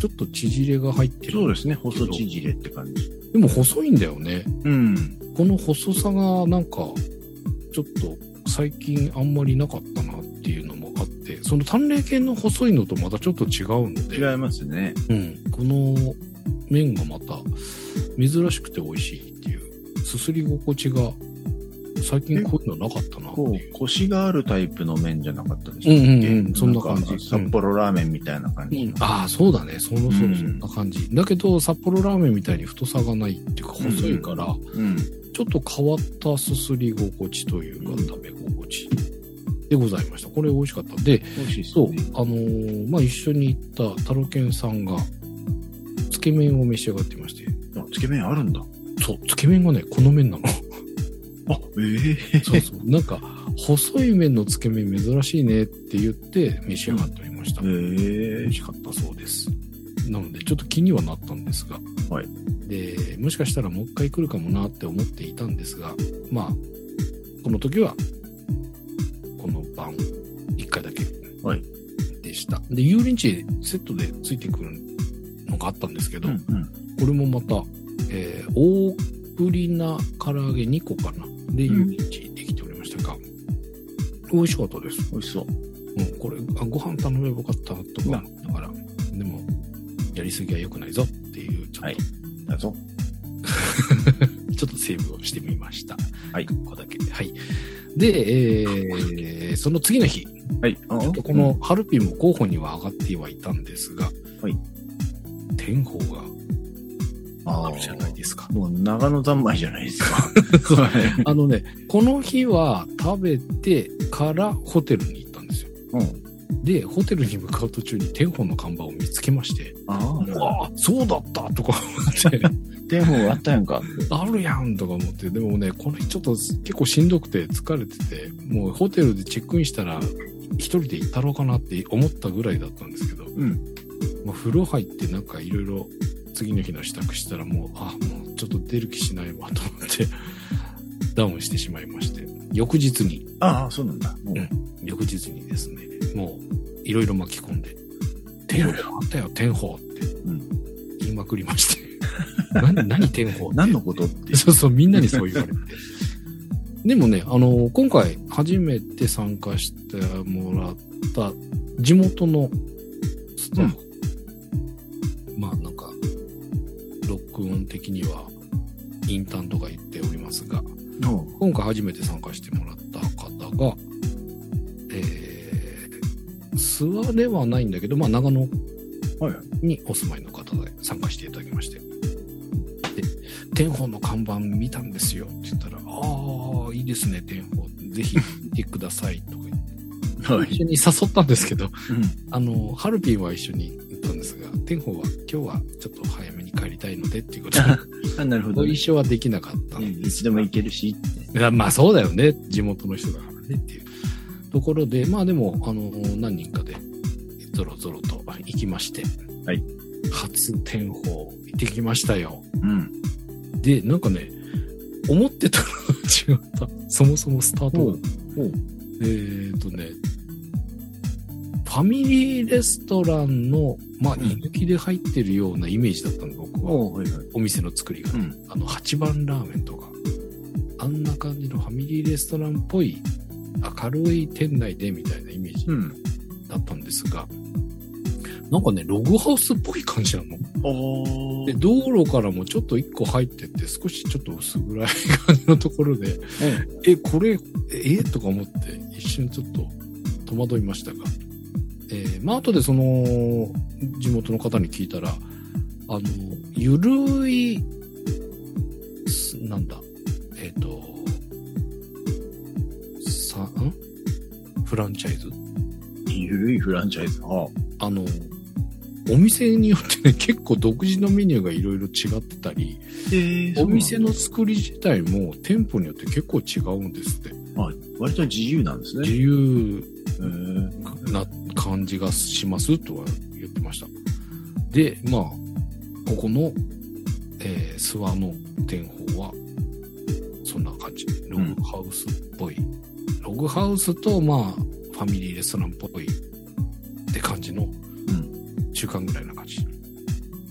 Speaker 2: ちょっと縮れが入ってる。
Speaker 1: そうですね。細縮れって感じ。
Speaker 2: でも細いんだよね。
Speaker 1: うん。
Speaker 2: この細さがなんか、ちょっと最近あんまりなかったなっていうのもあって、その淡麗系の細いのとまたちょっと違うので。
Speaker 1: 違いますね。
Speaker 2: うん、この麺がまた珍しくて美味しいっていうすすり心地が最近こういうのなかったなって
Speaker 1: こ
Speaker 2: いう
Speaker 1: う、コシがあるタイプの麺じゃなかったで
Speaker 2: う
Speaker 1: す
Speaker 2: んうんうんそんな感じ
Speaker 1: 札幌ラーメンみたいな感じの。
Speaker 2: ああそうだねそのそううんそんな感じ、だけど札幌ラーメンみたいに太さがないっていうか細いから、
Speaker 1: うん。
Speaker 2: ちょっと変わったすすり心地というか、
Speaker 1: うん
Speaker 2: 食べ心地でございましたこれ美味しかったで
Speaker 1: 美味しいです
Speaker 2: そう、
Speaker 1: ね。
Speaker 2: あのーまあ、一緒に行ったタロケンさんがつけ麺を召し上がってまして
Speaker 1: あつけ麺あるんだ。
Speaker 2: そうつけ麺がねこの麺なの
Speaker 1: あ、ええ
Speaker 2: そうそう。 なんか、細い麺のつけ麺珍しいねって言って召し上がっておりました。美
Speaker 1: え
Speaker 2: 味しかったそうです。なので、ちょっと気にはなったんですが、
Speaker 1: はい
Speaker 2: で、もしかしたらもう一回来るかもなって思っていたんですが、まあ、この時は、この晩、一回だけ
Speaker 1: はい
Speaker 2: でした。で、油淋鶏セットでついてくるのがあったんですけど、
Speaker 1: うんうん。
Speaker 2: これもまた、えー大ぶりな唐揚げ2個かな。で、
Speaker 1: う
Speaker 2: 油
Speaker 1: ん
Speaker 2: 淋鶏できておりましたが、美味しかったです。
Speaker 1: 美味しそう。
Speaker 2: もうこれあご飯頼めばよかったとか思いながらでもやりすぎは良くないぞっていうちょっと,、
Speaker 1: はいだぞ。
Speaker 2: ちょっとセーブをしてみました
Speaker 1: はい
Speaker 2: ここだけはいで、えーその次の日
Speaker 1: はい。
Speaker 2: ちょっとこのハルピンも候補には上がってはいたんですが、
Speaker 1: はい
Speaker 2: 天候が
Speaker 1: あ
Speaker 2: あるじゃないですか
Speaker 1: あ。もう長野三昧じゃない ですか。
Speaker 2: あのねこの日は食べてからホテルに行ったんですよ
Speaker 1: うん。
Speaker 2: でホテルに向かう途中に天保の看板を見つけまして
Speaker 1: あ
Speaker 2: う
Speaker 1: あ、
Speaker 2: わあそうだったとか思って
Speaker 1: でもあったやんか。
Speaker 2: あるやんとか思って、でもね、この日ちょっと結構しんどくて疲れてて、もうホテルでチェックインしたら、一人で行ったろうかなって思ったぐらいだったんですけど、
Speaker 1: うん。
Speaker 2: まあ、風呂入ってなんかいろいろ次の日の支度したらもう、あ、もうちょっと出る気しないわと思って、ダウンしてしまいまして、翌日に、
Speaker 1: ああ、そうなんだ。うん
Speaker 2: 翌日にですね、もういろいろ巻き込んで、天保あったよ、天保って
Speaker 1: ん
Speaker 2: 言いまくりまして、 何、何天保って
Speaker 1: 何のことって。
Speaker 2: そうそう、みんなにそう言われて。 でもね、あの、今回初めて参加してもらった地元のスタッフ。まあなんか、ロックオン的にはインターンとか言っておりますが、
Speaker 1: うん
Speaker 2: 今回初めて参加してもらった方が、えー、諏訪ではないんだけど、まあ長野
Speaker 1: はい。
Speaker 2: にお住まいの方で参加していただきまして。で、天保の看板見たんですよって言ったら、ああ、いいですね、天保。ぜひ見てくださいとか言って、
Speaker 1: は
Speaker 2: 一
Speaker 1: い。
Speaker 2: 緒に誘ったんですけど、
Speaker 1: うん。
Speaker 2: あの、ハルピンは一緒に行ったんですが、天保は今日はちょっと早めに帰りたいのでっていうことで、
Speaker 1: あ、 なるほ
Speaker 2: ご
Speaker 1: どね。
Speaker 2: 一緒はできなかった
Speaker 1: うん
Speaker 2: ん
Speaker 1: いつでも行けるしって。
Speaker 2: いやまあそうだよね。地元の人だからねっていうところで、まあでも、あの、何人かで、ゾロゾロと行きまして。
Speaker 1: はい。
Speaker 2: 初天宝行ってきましたよ。
Speaker 1: うん。
Speaker 2: で、なんかね、思ってたのと違った。そもそもスタートが。
Speaker 1: ほう。
Speaker 2: えー、とね、ファミリーレストランの、まあ、
Speaker 1: うん
Speaker 2: 居抜きで入ってるようなイメージだったの、僕は。
Speaker 1: ほう。はいはい。
Speaker 2: お店の作りが。
Speaker 1: うん。
Speaker 2: あの8番ラーメンとかあんな感じのファミリーレストランっぽい明るい店内でみたいなイメージ
Speaker 1: うん。
Speaker 2: だったんですが、なんかねログハウスっぽい感じなの
Speaker 1: お
Speaker 2: で道路からもちょっと1個入ってって少しちょっと薄暗い感じのところで、えこれええとか思って一瞬ちょっと戸惑いましたが、えーまあ後でその地元の方に聞いたらあのゆるいすなんだえっ、とさんフランチャイズ
Speaker 1: ゆるいフランチャイズ。ああ。
Speaker 2: あのお店によってね結構独自のメニューがいろいろ違ってたり
Speaker 1: え
Speaker 2: お店の作り自体も店舗によって結構違うんですって
Speaker 1: 割と自由なんです
Speaker 2: 自
Speaker 1: ね。
Speaker 2: 由
Speaker 1: へー
Speaker 2: な感じがしますとは言ってました。で、まあ、ここの、えー、諏訪の天保は、そんな感じ。ログハウスっぽい。ログハウスと、まあ、ファミリーレストランっぽいって感じの、中間ぐらいな感じ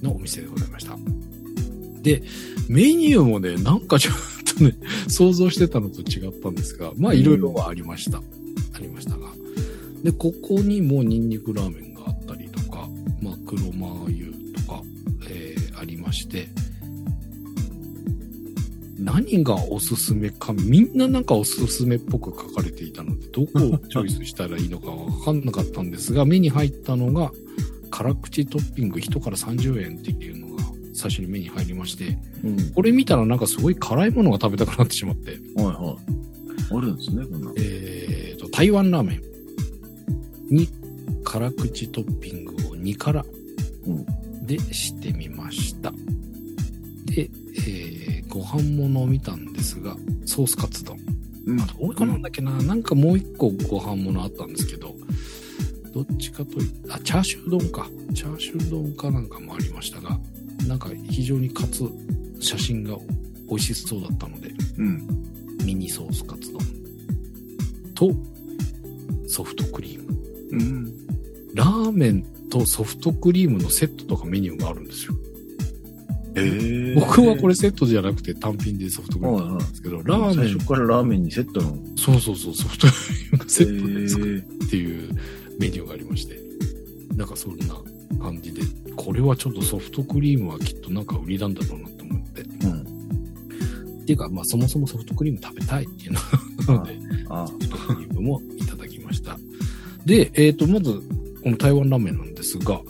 Speaker 2: のお店でございました。で、メニューもね、なんかちょっとね、 想像してたのと違ったんですが、まあ、いろいろはありました。ありましたが。で、ここにもニンニクラーメンがあったりとか、まあ、黒マー油とか、えーありまして、何がおすすめか、みんななんかおすすめっぽく書かれていたので、どこをチョイスしたらいいのかわかんなかったんですが、 目に入ったのが、辛口トッピング1から30円っていうのが最初に目に入りまして、
Speaker 1: うん。
Speaker 2: これ見たらなんかすごい辛いものが食べたくなってしまって、
Speaker 1: はいはい。あるんですね、こんなの。
Speaker 2: えーと、台湾ラーメンに辛口トッピングを2辛
Speaker 1: うん
Speaker 2: でしてみました。で、えー、5ご飯ものを見たんですが、ソースカツ丼。
Speaker 1: うん
Speaker 2: あと、おいこなんだっけな、なんかもう一個ご飯ものあったんですけど、どっちかといあ、チャーシュー丼か。チャーシュー丼かなんかもありましたが、なんか非常にカツ、写真が美味しそうだったので、
Speaker 1: うん。
Speaker 2: ミニソースカツ丼とソフトクリーム。
Speaker 1: うん。
Speaker 2: ラーメンとソフトクリームのセットとかメニューがあるんですよ。
Speaker 1: えー
Speaker 2: 僕はこれセットじゃなくて単品でソフトクリームだったんですけど、ラーメ
Speaker 1: 最
Speaker 2: ン
Speaker 1: 初、からラーメンにセットなの
Speaker 2: そうそうそう、ソフトクリームがセットで作
Speaker 1: え
Speaker 2: っていうメニューがありまして、なんかそんな感じで、これはちょっとソフトクリームはきっとなんか売りなんだろうなと思って。
Speaker 1: ーうん。
Speaker 2: っていうか、まあそもそもソフトクリーム食べたいっていうのがなので、
Speaker 1: あ
Speaker 2: ソフトクリームもいただきました。で、えっ、と、まず、この台湾ラーメンなんですが、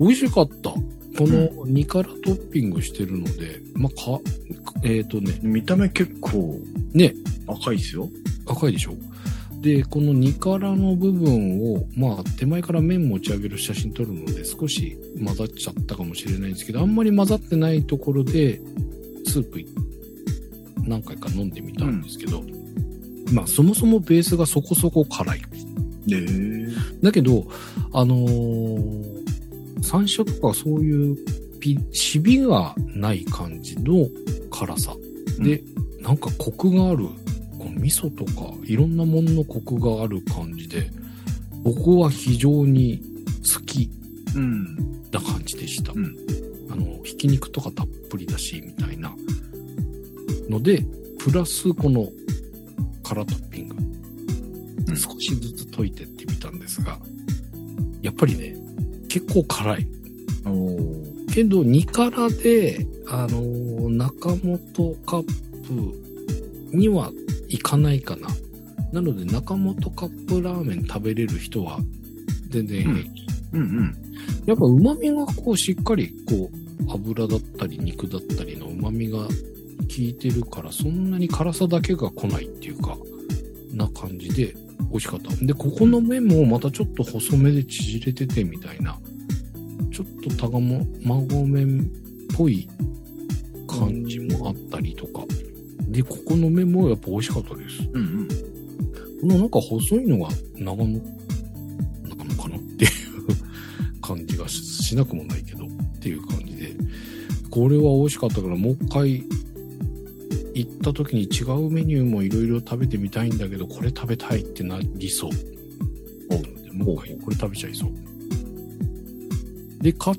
Speaker 2: 美味しかった。この2からトッピングしてるので、まあ、か、えっ、とね、
Speaker 1: 見た目結構
Speaker 2: ね、
Speaker 1: 赤いですよ。
Speaker 2: 赤いでしょで、この2からの部分を、まあ、手前から麺持ち上げる写真撮るので、少し混ざっちゃったかもしれないんですけど、あんまり混ざってないところで、スープ何回か飲んでみたんですけど、まあ、そもそもベースがそこそこ辛い。
Speaker 1: えー
Speaker 2: だけど、あのー山椒とかそういうピ、シビがない感じの辛さ。で、なんかコクがある。この味噌とか、いろんなもののコクがある感じで、僕は非常に好き
Speaker 1: うん。
Speaker 2: な感じでした。
Speaker 1: うん
Speaker 2: あの、ひき肉とかたっぷりだし、みたいな。ので、プラスこの辛トッピング、
Speaker 1: うん
Speaker 2: 少しずつ溶いてってみたんですが、やっぱりね、結構辛い。
Speaker 1: おー
Speaker 2: けど、2辛で、あのー中本カップにはいかないかな。なので、中本カップラーメン食べれる人は、全然平気
Speaker 1: うんうん。
Speaker 2: やっぱ旨味がこうしっかりこう油だったり肉だったりの旨味が効いてるからそんなに辛さだけが来ないっていうかな感じで美味しかった。で、ここの麺もまたちょっと細めで縮れててみたいなちょっとたがも孫麺っぽい感じもあったりとか。で、ここの麺もやっぱ美味しかったです。
Speaker 1: うんうん。
Speaker 2: このなんか細いのが長野、長野かなっていう感じがししなくもないけどっていう感じで、これは美味しかったからもう一回行った時に違うメニューもいろいろ食べてみたいんだけど、これ食べたいってなりそう。なのでもう一回これ食べちゃいそう。で、カツ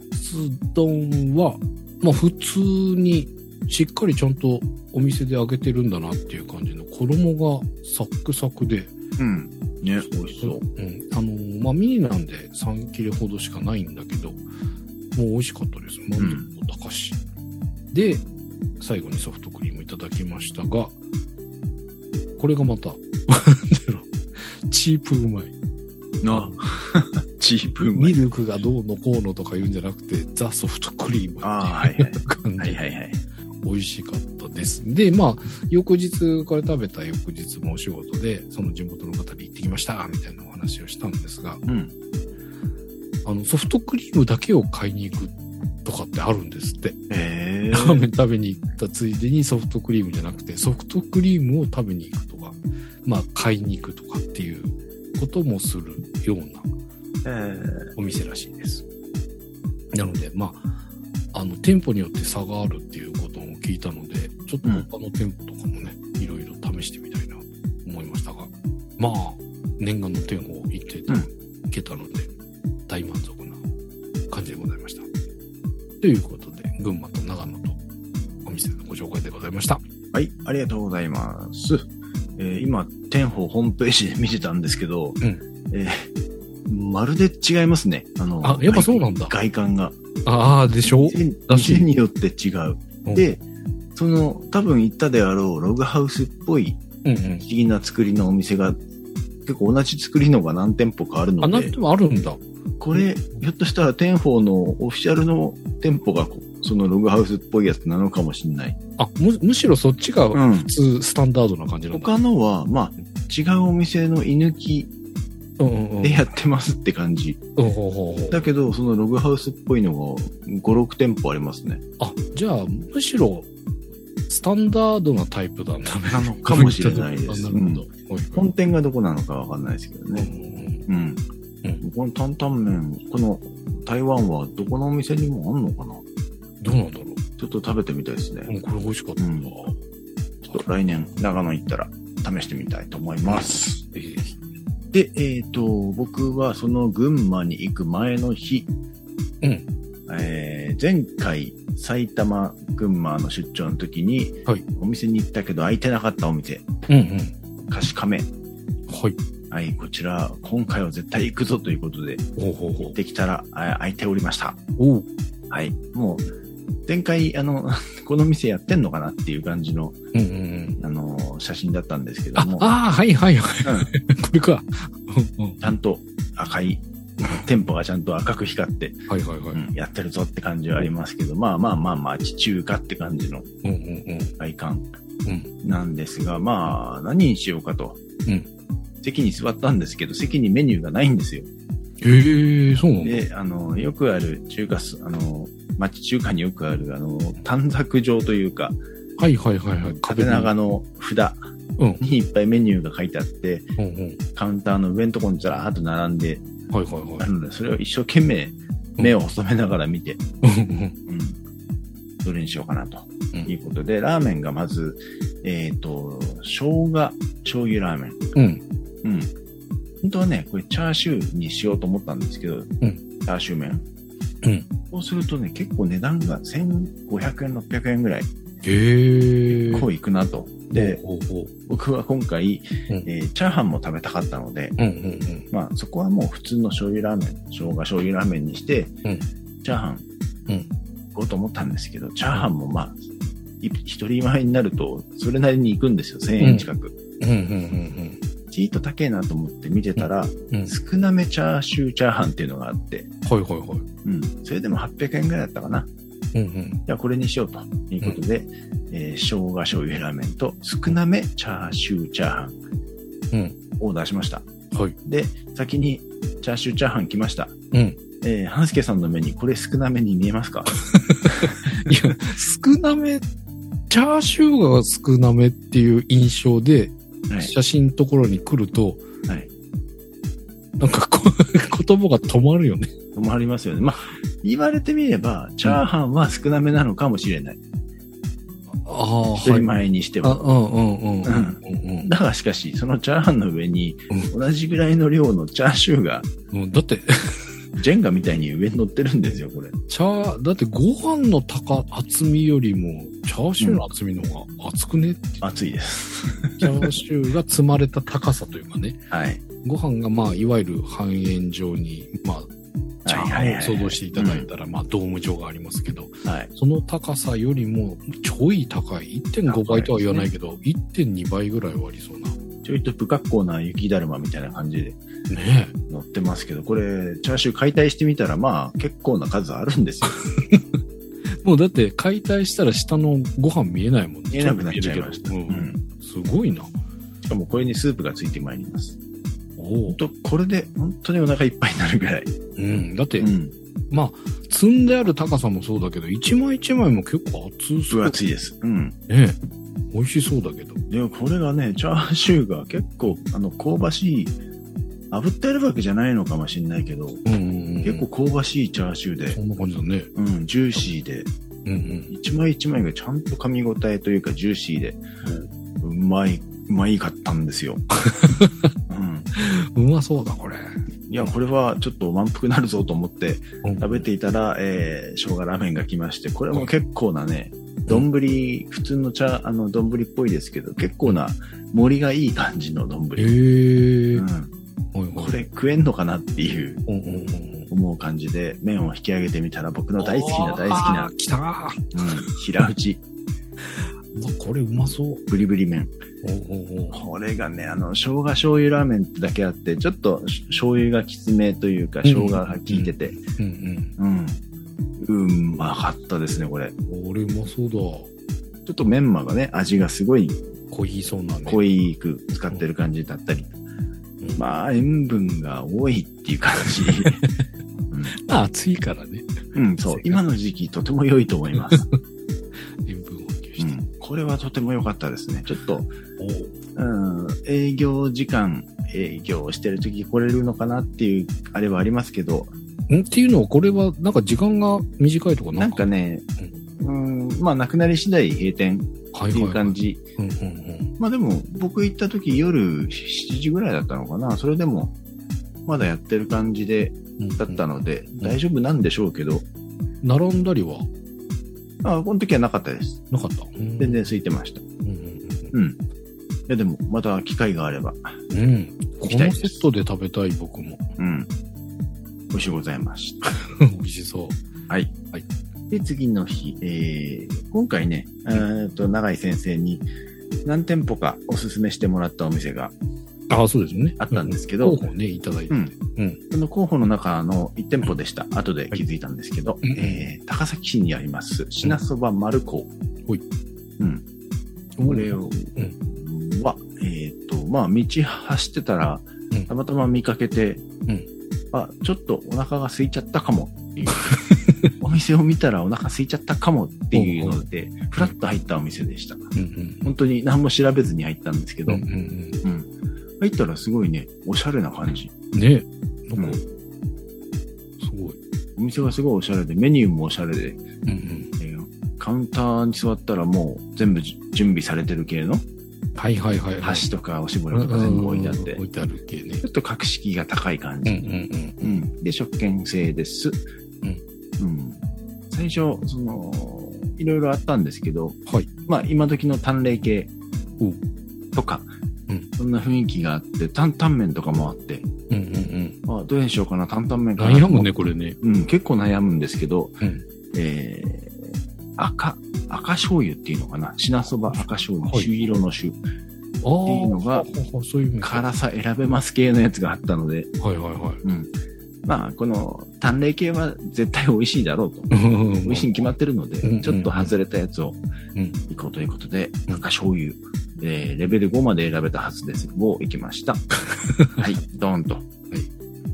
Speaker 2: 丼は、まあ普通にしっかりちゃんとお店で揚げてるんだなっていう感じの衣がサックサクで、
Speaker 1: うん。ね、美味しそう。
Speaker 2: うん、あのーまあミニなんで3切れほどしかないんだけどもう美味しかったです満足度高し、で最後にソフトクリームいただきましたがこれがまた なんだろうチープうまい
Speaker 1: な、 チープうま
Speaker 2: ミ
Speaker 1: い。
Speaker 2: ルクがどうのこうのとか言うんじゃなくてザ・ソフトクリーム
Speaker 1: ああ、は
Speaker 2: っ
Speaker 1: いはい。
Speaker 2: ていう感じ
Speaker 1: はいはいはい。
Speaker 2: 美味しかったです。で、まあ、翌日、これ食べた翌日もお仕事で、その地元の方に行ってきました、みたいなお話をしたんですが、
Speaker 1: うん。
Speaker 2: あの、ソフトクリームだけを買いに行くとかってあるんですって。
Speaker 1: え
Speaker 2: ラーメン食べに行ったついでにソフトクリームじゃなくて、ソフトクリームを食べに行くとか、まあ、買いに行くとかっていうこともするような
Speaker 1: えー。
Speaker 2: お店らしいです。なので、まあ、あの、店舗によって差があるっていうことも聞いたので、ちょっと他の店舗とかもね、いろいろ試してみたいなと思いましたが、まあ、念願の店舗行ってた、
Speaker 1: うん
Speaker 2: 行けたので、大満足な感じでございました。ということで、群馬と長野とお店のご紹介でございました。
Speaker 1: はい、ありがとうございます。えー今、天保ホームページで見てたんですけど、
Speaker 2: ん
Speaker 1: えーまるで違いますね。あの、
Speaker 2: あやっぱそうなんだ
Speaker 1: 外観が。
Speaker 2: ああ、でしょ
Speaker 1: 店
Speaker 2: らしい
Speaker 1: 店によって違う。
Speaker 2: うん
Speaker 1: で、その、多分行ったであろうログハウスっぽい
Speaker 2: うんうん
Speaker 1: 不。思議な作りのお店が、結構同じ作りのが何店舗かある
Speaker 2: あ、
Speaker 1: の
Speaker 2: なん
Speaker 1: で
Speaker 2: で、もあるんだ。
Speaker 1: これ、ひょっとしたら天保のオフィシャルの店舗がこ、そのログハウスっぽいやつなのかもしれない。
Speaker 2: あ、む、むしろそっちが
Speaker 1: うん
Speaker 2: 普通スタンダードな感じなんだ。
Speaker 1: 他のは、まあ、違うお店の居抜き
Speaker 2: うんうんうん。
Speaker 1: でやってますって感じ。
Speaker 2: ほうほうほうほう
Speaker 1: だけど、そのログハウスっぽいのが5、6店舗ありますね。
Speaker 2: あ、じゃあ、むしろ、スタンダードなタイプなんだね。
Speaker 1: なのかもしれないです。
Speaker 2: あ
Speaker 1: う
Speaker 2: なるほど
Speaker 1: ん。
Speaker 2: ほいほい
Speaker 1: 本店がどこなのかわかんないですけどね。うん。
Speaker 2: うん
Speaker 1: この担々麺、この台湾はどこのお店にもあんのかな
Speaker 2: どうなんだろう。
Speaker 1: ちょっと食べてみたいですね。
Speaker 2: うんこれ美味しかったな。
Speaker 1: うんちょっと来年、長野行ったら試してみたいと思います。
Speaker 2: えー
Speaker 1: で、えっ、と、僕はその群馬に行く前の日、
Speaker 2: うん
Speaker 1: えー前回埼玉、群馬の出張の時に、
Speaker 2: はい
Speaker 1: お店に行ったけど開いてなかったお店、
Speaker 2: うんうん。
Speaker 1: カシカメ。
Speaker 2: はい。
Speaker 1: はい、こちら、今回は絶対行くぞということで、
Speaker 2: ほうほうほう。
Speaker 1: できたらあ開いておりました。
Speaker 2: おう。
Speaker 1: はい。もう、前回、あの、 この店やってんのかなっていう感じの、
Speaker 2: うんうんうん。
Speaker 1: あの、写真だったんですけど
Speaker 2: あ
Speaker 1: も、、
Speaker 2: あーはいはいはい。これか。うんうん
Speaker 1: ちゃんと赤い、 店舗がちゃんと赤く光って、
Speaker 2: はいはいは
Speaker 1: う
Speaker 2: い。
Speaker 1: んやってるぞって感じはありますけど、まあまあまあまあ、地中華って感じの
Speaker 2: うんうん
Speaker 1: 外観
Speaker 2: うん。
Speaker 1: なんですが、まあ、何にしようかと。
Speaker 2: うん
Speaker 1: 席に座ったんですけど、席にメニューがないんですよ。
Speaker 2: うん。へえ、そうなんだ。
Speaker 1: で、あの、よくある中華す、あの、町中華によくある、あの、短冊状というか、
Speaker 2: はいはいはいはい。
Speaker 1: 縦長の札
Speaker 2: うん
Speaker 1: にいっぱいメニューが書いてあって、
Speaker 2: うんうん。
Speaker 1: カウンターの上のところにずらーっと並んで
Speaker 2: はいはいは
Speaker 1: あ
Speaker 2: い。
Speaker 1: るので、それを一生懸命目を細めながら見て、
Speaker 2: うんうん
Speaker 1: うん、どれにしようかなと
Speaker 2: うん
Speaker 1: いうことで、ラーメンがまず、えっ、と、生姜醤油ラーメン。
Speaker 2: うん。
Speaker 1: うん。本当はね、これチャーシューにしようと思ったんですけど、チャーシュー麺。
Speaker 2: うん
Speaker 1: そうするとね、結構値段が1500円、600円ぐらい、
Speaker 2: へえ。
Speaker 1: こういくなと。で、
Speaker 2: ほうほうほ
Speaker 1: 僕は今回、
Speaker 2: うん
Speaker 1: えーチャーハンも食べたかったので、
Speaker 2: う。うんうんうん。
Speaker 1: まあそこはもう普通の醤油ラーメン、生姜醤油ラーメンにして、
Speaker 2: うん
Speaker 1: チャーハン
Speaker 2: うん
Speaker 1: 行こうと思ったんですけど、チャーハンもまあ、い一人前になると、それなりに行くんですよ、1000円近く。
Speaker 2: うんうんうん
Speaker 1: チート高えなと思って見てたら、
Speaker 2: うん。うん。
Speaker 1: 少なめチャーシューチャーハンっていうのがあって、
Speaker 2: はいはいはい。
Speaker 1: うん、それでも800円ぐらいだったかな。
Speaker 2: うんうん。
Speaker 1: じゃあこれにしようということで、えー生姜醤油ラーメンと少なめチャーシューチャーハン
Speaker 2: うん。
Speaker 1: を出しました。
Speaker 2: はい。
Speaker 1: で、先にチャーシューチャーハン来ました。
Speaker 2: うん。
Speaker 1: えー、半助さんの目にこれ少なめに見えますか
Speaker 2: いや、少なめ、チャーシューが少なめっていう印象で、
Speaker 1: はい。
Speaker 2: 写真のところに来ると、
Speaker 1: はい。
Speaker 2: なんかこう、 言葉が止まるよね。
Speaker 1: 困りますよね。まあ、言われてみれば、チャーハンは少なめなのかもしれない。
Speaker 2: ああ、
Speaker 1: 一、人前にして
Speaker 2: あ、
Speaker 1: は。
Speaker 2: うんうんうん。
Speaker 1: ん
Speaker 2: うん
Speaker 1: だがしかし、そのチャーハンの上に、同じぐらいの量のチャーシューが、
Speaker 2: うんうん。だって、
Speaker 1: ジェンガみたいに上に乗ってるんですよ、これ。
Speaker 2: チャー、だってご飯の高、厚みよりも、チャーシューの厚みの方が厚くね、
Speaker 1: 熱いです。
Speaker 2: チャーシューが積まれた高さというかね。
Speaker 1: はい。
Speaker 2: ご飯がまあ、いわゆる半円状に、まあ、チャーハンを想像していただいたら、まあ、ドーム状がありますけど、
Speaker 1: はい。
Speaker 2: その高さよりもちょい高い。1.5倍とは言わないけど、1.2倍ぐらいはありそうな。
Speaker 1: ちょいと不格好な雪だるまみたいな感じで
Speaker 2: ね
Speaker 1: 乗ってますけど、これ、チャーシュー解体してみたら、まあ、結構な数あるんですよ。
Speaker 2: え。もうだって解体したら下のご飯見えないもんね。
Speaker 1: 見えなくなっちゃいました。
Speaker 2: ちょっと見える
Speaker 1: ん。
Speaker 2: けどうん。すごいな。
Speaker 1: しかもこれにスープがついてまいります。
Speaker 2: お
Speaker 1: ほ
Speaker 2: お
Speaker 1: ん。と、これで本当にお腹いっぱいになるぐらい。
Speaker 2: うん。だって、
Speaker 1: うん。
Speaker 2: まあ、積んである高さもそうだけど、一枚一枚も結構厚そう。
Speaker 1: 分厚いです。うん。
Speaker 2: ねえ。美味しそうだけど。
Speaker 1: でもこれがね、チャーシューが結構、あの、香ばしい、炙ってあるわけじゃないのかもしれないけど、
Speaker 2: うんうん、うん。
Speaker 1: 結構香ばしいチャーシューで
Speaker 2: そ、んな感じだね。
Speaker 1: うん、ジューシーで、
Speaker 2: うんうん。
Speaker 1: 一枚一枚がちゃんと噛み応えというかジューシーで、うまい、うまいかったんですよ。うん。
Speaker 2: うまそうだ、これ。
Speaker 1: いや、これはちょっと満腹なるぞと思って
Speaker 2: うん
Speaker 1: 食べていたら、えー、生姜ラーメンが来まして、これも結構なね、丼、普通の茶、あの、丼っぽいですけど、結構な盛りがいい感じの丼。
Speaker 2: へえ。
Speaker 1: うん、
Speaker 2: はいはい
Speaker 1: これ食えんのかなっていう
Speaker 2: うんうんうんうん。
Speaker 1: 思う感じで、麺を引き上げてみたら、僕の大好きな大好きな
Speaker 2: あー、来たー
Speaker 1: うん、平打ち、
Speaker 2: うわこれうまそう。
Speaker 1: ブリブリ麺。
Speaker 2: おおお
Speaker 1: これがね、あの、生姜醤油ラーメンってだけあって、ちょっとし醤油がきつめというか、
Speaker 2: うん
Speaker 1: 生姜が効いてて、
Speaker 2: うん
Speaker 1: うん。うん、まかったですね、これ。ち
Speaker 2: うん。これうまそうだ。
Speaker 1: ょっとメンマがね、味がすごい
Speaker 2: 濃いそうなね。
Speaker 1: 濃
Speaker 2: い。
Speaker 1: いく使ってる感じだったり、
Speaker 2: ま
Speaker 1: まあ、塩分が多いっていう感 じ。
Speaker 2: あ、暑いからね。
Speaker 1: うん、そう。今の時期とても良いと思います。
Speaker 2: 塩分補給
Speaker 1: う
Speaker 2: して。
Speaker 1: ん、ここれはとても良かったですね。ちょっと、
Speaker 2: おう
Speaker 1: うん、営業時間、営業してる時来れるのかなっていう、あれはありますけど、
Speaker 2: んっていうのは、これは、なんか時間が短いとか
Speaker 1: な
Speaker 2: なんん
Speaker 1: か
Speaker 2: か、
Speaker 1: ね、うん、まあ、なくなり次第閉店
Speaker 2: は
Speaker 1: っていう感じ。
Speaker 2: うんうん
Speaker 1: まあでも、僕行った時夜7時ぐらいだったのかな。それでも、まだやってる感じで、
Speaker 2: うん。
Speaker 1: だったので、
Speaker 2: ん
Speaker 1: 大丈夫なんでしょうけど、
Speaker 2: 並んだりは
Speaker 1: あこの時はなかったです。
Speaker 2: なかった。
Speaker 1: 全然空いてました。
Speaker 2: うんうん
Speaker 1: うん。いやでも、また機会があれば、
Speaker 2: うんうん。こ
Speaker 1: きたい
Speaker 2: の
Speaker 1: です
Speaker 2: セットで食べたい僕も。
Speaker 1: うん。美味しゅうございました。
Speaker 2: 美味しそう。
Speaker 1: はい。
Speaker 2: はい
Speaker 1: で、次の日、えー、今回ね、えーと、永井先生に何店舗かおすすめしてもらったお店が
Speaker 2: ああ、そうですよね。
Speaker 1: あったんですけ
Speaker 2: け
Speaker 1: ど、
Speaker 2: 候補ね、いただいて。
Speaker 1: う
Speaker 2: うんん。
Speaker 1: その候補の中の1店舗でした。後で気づいたんですけど、
Speaker 2: い
Speaker 1: えー、高崎市にあります、品そば丸子。
Speaker 2: ほい
Speaker 1: うん。これを、は、えっ、と、まあ、道走ってたら
Speaker 2: うん、
Speaker 1: たまたま見かけて、
Speaker 2: ん
Speaker 1: あ、ちょっとお腹が空いちゃったかもっていう。 お店を見たらお腹空いちゃったかもっていうので、ふらっと入ったお店でした。
Speaker 2: うんうん。
Speaker 1: 本当に何も調べずに入ったんですけ
Speaker 2: う
Speaker 1: ど、
Speaker 2: んうん
Speaker 1: うん。入ったらすごいね、おしゃれな感じ。
Speaker 2: うん。ねなんか、
Speaker 1: う
Speaker 2: すごい。
Speaker 1: お店がすごいおしゃれで、メニューもおしゃれで、
Speaker 2: うんうん。
Speaker 1: えーカウンターに座ったらもう全部じ準備されてる系の、
Speaker 2: はいはいはいはい。
Speaker 1: 箸とかおしぼりとか全部置いてあっ
Speaker 2: う
Speaker 1: て
Speaker 2: んうんうん、置いてある系ね
Speaker 1: ちょ。っと格式が高い感
Speaker 2: うん
Speaker 1: じ。
Speaker 2: うん
Speaker 1: う
Speaker 2: うん。
Speaker 1: ん、で、食券制です。うん。最初、その、いろいろあったんですけど、
Speaker 2: はい
Speaker 1: まあ、今時の淡麗系
Speaker 2: おう
Speaker 1: とか、
Speaker 2: うん
Speaker 1: そんな雰囲気があって、担々麺とかもあって、
Speaker 2: うんうんうん。
Speaker 1: あどうにしようかな、担々麺かな。
Speaker 2: 悩むね、これね。
Speaker 1: うん、結構悩むんですけど、
Speaker 2: うん
Speaker 1: えー、赤、赤醤油っていうのかな。品そば赤醤油、
Speaker 2: はい
Speaker 1: 朱色の朱。
Speaker 2: ああ。
Speaker 1: っていうのが
Speaker 2: ほうほうそういう意味か。
Speaker 1: 辛さ選べます系のやつがあったので、
Speaker 2: はいはいはい。
Speaker 1: うん。まあ、この、淡麗系は絶対美味しいだろうと。 美
Speaker 2: 美
Speaker 1: 味しいに決まってるので、
Speaker 2: うん
Speaker 1: ちょっと外れたやつを
Speaker 2: うん
Speaker 1: 行こうということで、赤醤油、えーレベル5まで選べたはずですを行きま した。はい、ドーンと。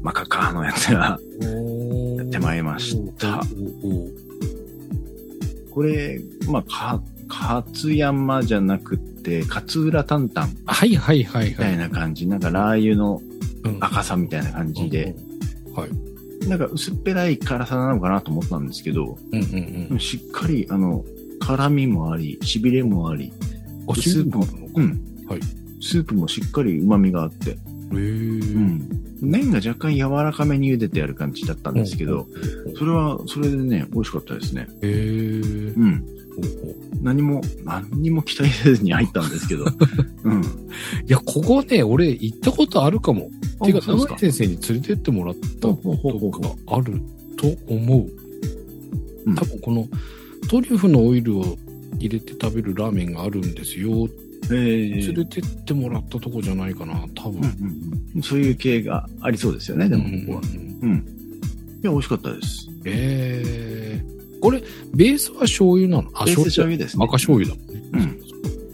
Speaker 1: マカカーのやつが、やってまいりました。
Speaker 2: おおお
Speaker 1: これ、まあ、か、勝山じゃなくて、勝浦担々み
Speaker 2: はいはいはいは
Speaker 1: たい
Speaker 2: い。
Speaker 1: な感じ、なんかラー油の
Speaker 2: うん
Speaker 1: 赤さみたいな感じで、。
Speaker 2: はい。
Speaker 1: なんか薄っぺらい辛さなのかなと思ったんですけど、
Speaker 2: うんうん
Speaker 1: しっかり、あの、辛みもあり、痺れもあり、
Speaker 2: うん。
Speaker 1: スープも
Speaker 2: あそうなの
Speaker 1: う
Speaker 2: か
Speaker 1: ん。
Speaker 2: はい
Speaker 1: スープもしっかり旨味があって、
Speaker 2: へ
Speaker 1: う
Speaker 2: ー
Speaker 1: ん。麺が若干柔らかめに茹でてある感じだったんですけど、。それは、それでね、美味しかったですね。
Speaker 2: へー
Speaker 1: うん。
Speaker 2: おお
Speaker 1: 何も、何にも期待せずに入ったんですけ ど、うん。
Speaker 2: いや、ここね、俺行ったことあるかも。てか、
Speaker 1: そうです
Speaker 2: 長
Speaker 1: か
Speaker 2: 井先生に連れてってもらった
Speaker 1: ほう
Speaker 2: こ
Speaker 1: ほうほうほう
Speaker 2: とがあると思う
Speaker 1: うん。
Speaker 2: 多分このトリュフのオイルを入れて食べるラーメンがあるんですよ。
Speaker 1: え
Speaker 2: 連
Speaker 1: ー
Speaker 2: れてってもらったとこじゃないかな、多
Speaker 1: うん
Speaker 2: 分。
Speaker 1: うんうん、そういう系がありそうですよね、でもここは。い
Speaker 2: うん
Speaker 1: や、美味しかったです。
Speaker 2: ええこれ、ベースは醤油なのあ、
Speaker 1: ベース
Speaker 2: 醤
Speaker 1: 醤
Speaker 2: 油
Speaker 1: 油ですね。
Speaker 2: 赤醤油だもんね。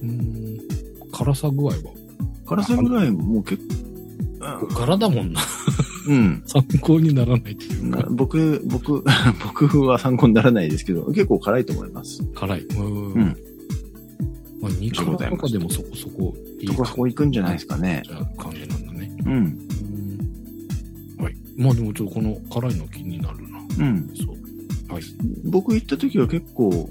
Speaker 1: うん
Speaker 2: うん。辛さ具合は
Speaker 1: 辛さぐらいもう結構、
Speaker 2: 柄だもんな。
Speaker 1: うん。
Speaker 2: 参考にならないっていう
Speaker 1: な
Speaker 2: か、
Speaker 1: 僕、僕、 僕は参考にならないですけど、結構辛いと思います。
Speaker 2: 辛い。うん
Speaker 1: うん
Speaker 2: まあ、肉
Speaker 1: そうだよ
Speaker 2: とかでもそこそこいい
Speaker 1: そこそこ行くんじゃないですかね。
Speaker 2: じゃあ感じなんだね。
Speaker 1: うん。
Speaker 2: うん。はい。まあでもちょっとこの辛いの気になるな。
Speaker 1: うん。
Speaker 2: そう。はい。
Speaker 1: 僕行った時は結構、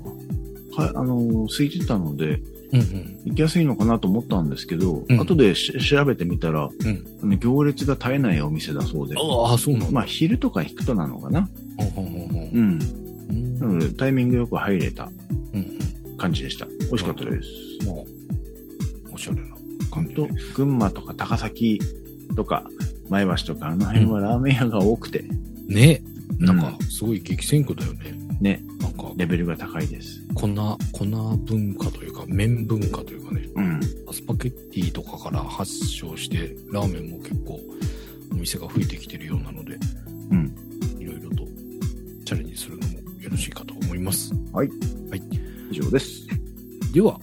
Speaker 1: はあの、空いてたので、
Speaker 2: うんうん。
Speaker 1: 行きやすいのかなと思ったんですけど、
Speaker 2: うん
Speaker 1: 後でし調べてみたら、
Speaker 2: ん
Speaker 1: あの行列が絶えないお店だそうで、
Speaker 2: ああ、そうなんだ。
Speaker 1: まあ昼とか行くとなのかな。
Speaker 2: あ、ほんほんほん
Speaker 1: う
Speaker 2: ほん
Speaker 1: ん。
Speaker 2: うん
Speaker 1: なのでタイミングよく入れた
Speaker 2: うんうん。
Speaker 1: 感じでした。美味しかったです。
Speaker 2: まあ、おしゃれな感
Speaker 1: 本
Speaker 2: じ
Speaker 1: 当
Speaker 2: で。
Speaker 1: 群馬とか高崎とか前橋とかあの辺はラーメン屋が多くて、
Speaker 2: ね
Speaker 1: うん
Speaker 2: なんか、すごい激戦区だよね。
Speaker 1: ね、
Speaker 2: なんか、
Speaker 1: レベルが高いです。
Speaker 2: 粉、粉文化というか、麺文化というかね、
Speaker 1: うん。
Speaker 2: スパゲッティとかから発祥して、ラーメンも結構、お店が増えてきてるようなので、
Speaker 1: うん。
Speaker 2: いろいろとチャレンジするのもよろしいかと思います。
Speaker 1: 以上です。
Speaker 2: では、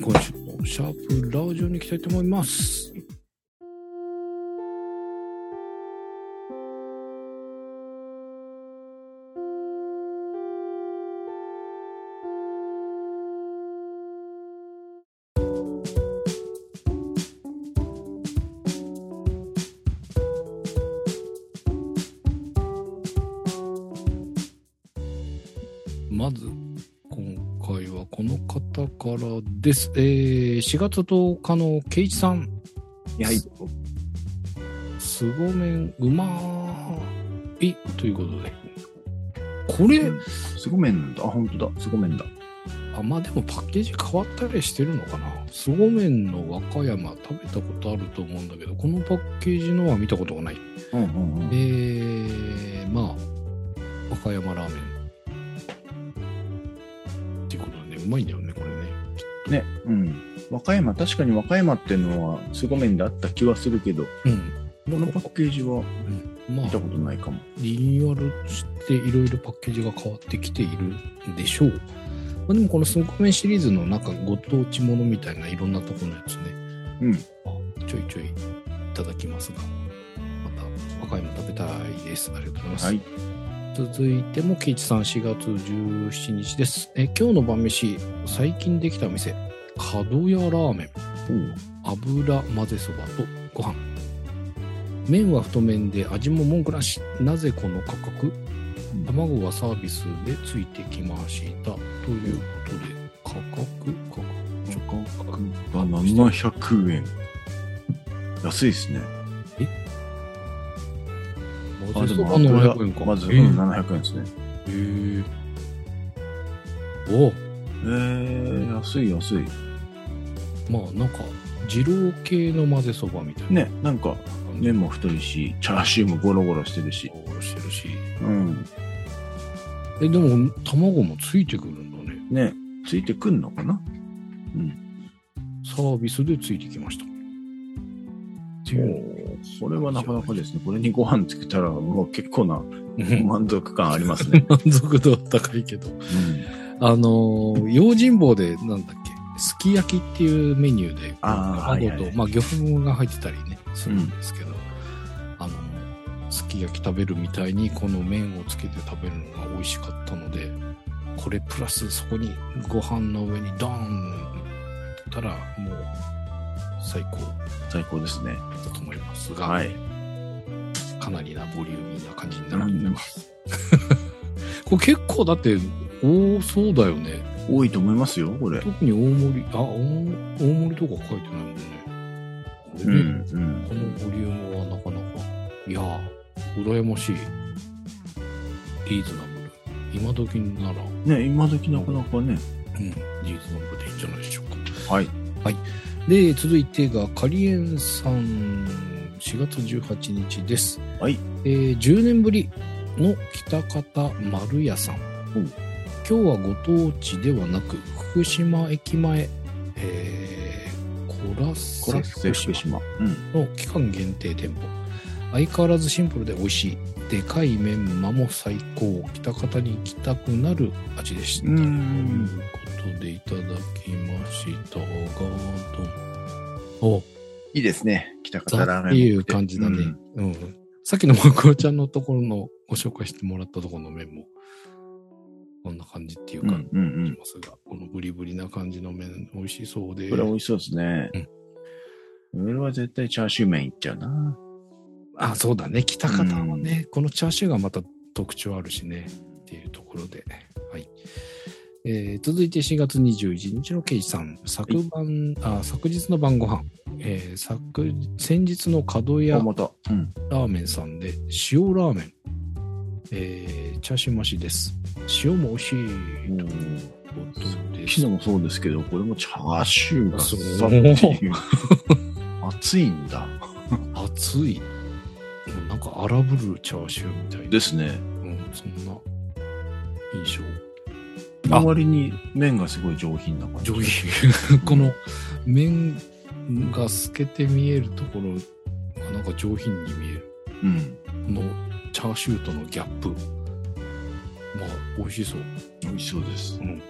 Speaker 2: 今週のシャープラジオに行きたいと思います。まず、今回はこの方からです。えー、4月10日のケイチさん。
Speaker 1: はい。
Speaker 2: すご麺うまいということで。これ、
Speaker 1: すごめんだ。あ、本当だ。すごめんだ。
Speaker 2: あ、まあでもパッケージ変わったりしてるのかな。すご麺の和歌山食べたことあると思うんだけど、このパッケージのは見たことがない。
Speaker 1: うんうんうん。
Speaker 2: えー、まあ、和歌山ラーメン。っていうことでね、うまいんだよね、これね。
Speaker 1: ね、うん。和歌山、確かに和歌山っていうのは、すごめんであった気はするけど、
Speaker 2: うん。
Speaker 1: このパッケージは
Speaker 2: ま
Speaker 1: 見た
Speaker 2: あ
Speaker 1: こ、とないかも。
Speaker 2: リニューアルしていろいろパッケージが変わってきているんでしょう。まあ、でもこのすごめんシリーズのなんかご当地ものみたいないろんなところのやつね。
Speaker 1: うん。
Speaker 2: あちょいちょいいただきますが、また若いも食べたいです。ありがとうございます。
Speaker 1: はい。
Speaker 2: 続いても、ケイチさん4月17日です。え今日の晩飯、最近できたお店、角屋ラーメン、油混ぜそばとご飯。麺は太麺で味も文句なし。なぜこの価格
Speaker 1: うん
Speaker 2: 卵はサービスでついてきました。ということで、価格価格ちょ
Speaker 1: 価格が700円。安いですね。
Speaker 2: 混ぜそば
Speaker 1: 油
Speaker 2: 700円か。
Speaker 1: まず、うん
Speaker 2: えー
Speaker 1: 700円ですね。
Speaker 2: へえ。お
Speaker 1: えー、安い安い。
Speaker 2: まあなんか、二郎系の混ぜそばみたいな。
Speaker 1: ね、なんか、麺も太いし、チャーシューもゴロゴロしてるし。
Speaker 2: おろしてるし。
Speaker 1: うん。
Speaker 2: え、でも、卵もついてくるんだね。
Speaker 1: ね、ついてくんのかな
Speaker 2: サービスでついてき ました。っていう。
Speaker 1: これはなかなかですね、これにご飯つけたら、もう結構な
Speaker 2: 満
Speaker 1: 満足感あります ね。
Speaker 2: 足度は高いけど。あのー、用心棒で、なんだっけ、すき焼きっていうメニューで、
Speaker 1: あー
Speaker 2: 卵と、
Speaker 1: はいはいはい
Speaker 2: まあ、魚粉が入ってたりね、するんですけど、あの、すき焼き食べるみたいに、この麺をつけて食べるのが美味しかったので、これプラスそこにご飯の上にドーンったら、もう、最高
Speaker 1: 最高ですね。
Speaker 2: だと思いますが、
Speaker 1: はい。
Speaker 2: かなりなボリューミーな感じになると思います。これ結構だって、多そうだよね。
Speaker 1: 多いと思いますよ、これ。
Speaker 2: 特に大盛り、あ、大大盛りとか書いてないもんね。これ
Speaker 1: う
Speaker 2: ね
Speaker 1: ん、うん。
Speaker 2: このボリュームはなかなか、いやー、羨ましい。リーズナブル。今時なら、うん、
Speaker 1: ね、今時なかなかね。
Speaker 2: リーズナブルでいいんじゃないでしょうか。
Speaker 1: はい。
Speaker 2: で、続いてが、カリエンさん、4月18日です。
Speaker 1: はい。
Speaker 2: えー10年ぶりの北方丸屋さん。
Speaker 1: おう
Speaker 2: 今日はご当地ではなく、福島駅前、えー、コラッセ
Speaker 1: これ、
Speaker 2: 福
Speaker 1: 福
Speaker 2: 島
Speaker 1: 島。うん。
Speaker 2: の期間限定店舗。相変わらずシンプルで美味しい。でかいメンマも最高。北方に行きたくなる味でした。
Speaker 1: うー
Speaker 2: というんことでいただきましたが、どうもお、
Speaker 1: いいですね、北方
Speaker 2: ザ
Speaker 1: ラ
Speaker 2: っ
Speaker 1: ーメン
Speaker 2: ていう感じだね。うん。さっきのマクロちゃんのところのご紹介してもらったところの麺も、こんな感じっていう
Speaker 1: うん、う
Speaker 2: 感
Speaker 1: ん、うんう
Speaker 2: じ
Speaker 1: ん。
Speaker 2: ますが、このブリブリな感じの麺、美味しそうで。
Speaker 1: これ美味しそうですね。俺は絶対チャーシュー麺いっちゃうな。
Speaker 2: あ、そうだね。北方はね、このチャーシューがまた特徴あるしね。っていうところで。はい。えー続いて4月21日のケイジさん。昨晩、あ、昨日の晩ご飯。えー昨、先日の角屋
Speaker 1: あ、また。うん。
Speaker 2: ラーメンさんで、塩ラーメン。えーチャーシュー増しです。塩も美味しい。ということ
Speaker 1: 昨
Speaker 2: で
Speaker 1: 日もそうですけど、これもチャーシューが
Speaker 2: そう
Speaker 1: さっていう。熱いんだ。
Speaker 2: 熱い。もうなんか荒ぶるチャーシューみたいな。
Speaker 1: ですね。
Speaker 2: うん、そんな印象。あ
Speaker 1: 周りに麺がすごい上品な感じ。
Speaker 2: 上品 この面が透けて見えるところがなんか上品に見える
Speaker 1: うん。
Speaker 2: このチャーシューとのギャップまあ美味しそう、
Speaker 1: 美味しそうです。
Speaker 2: うん、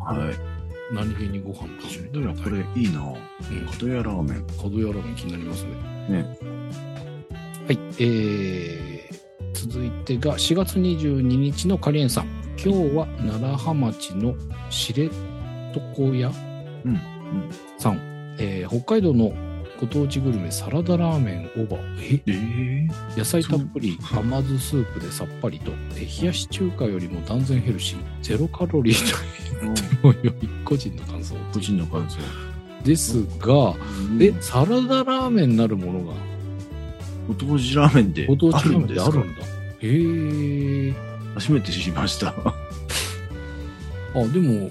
Speaker 1: はい。
Speaker 2: 何気にご飯と一緒に食べたい
Speaker 1: これいいな
Speaker 2: うん
Speaker 1: 鳩屋ラーメン。
Speaker 2: 角屋ラーメン気になりますね
Speaker 1: ね
Speaker 2: はいえー、続いてが4月22日のカリエンさん今日は楢葉町の知床屋
Speaker 1: うんうん
Speaker 2: さん、えー北海道のご当地グルメサラダラーメンおばえ
Speaker 1: えー、
Speaker 2: 野菜たっぷり甘酢スープでさっぱりとえ冷やし中華よりも断然ヘルシーゼロカロリーという個人の感想
Speaker 1: 個人の感想。
Speaker 2: ですが
Speaker 1: え
Speaker 2: え、サラダラーメンなるものが
Speaker 1: ご当地ラーメンで
Speaker 2: ご当
Speaker 1: あ
Speaker 2: 地ラ
Speaker 1: る
Speaker 2: ーメ
Speaker 1: ん
Speaker 2: ン
Speaker 1: で
Speaker 2: ですあ
Speaker 1: か
Speaker 2: るんだへえ
Speaker 1: 初めて知りました。
Speaker 2: あでも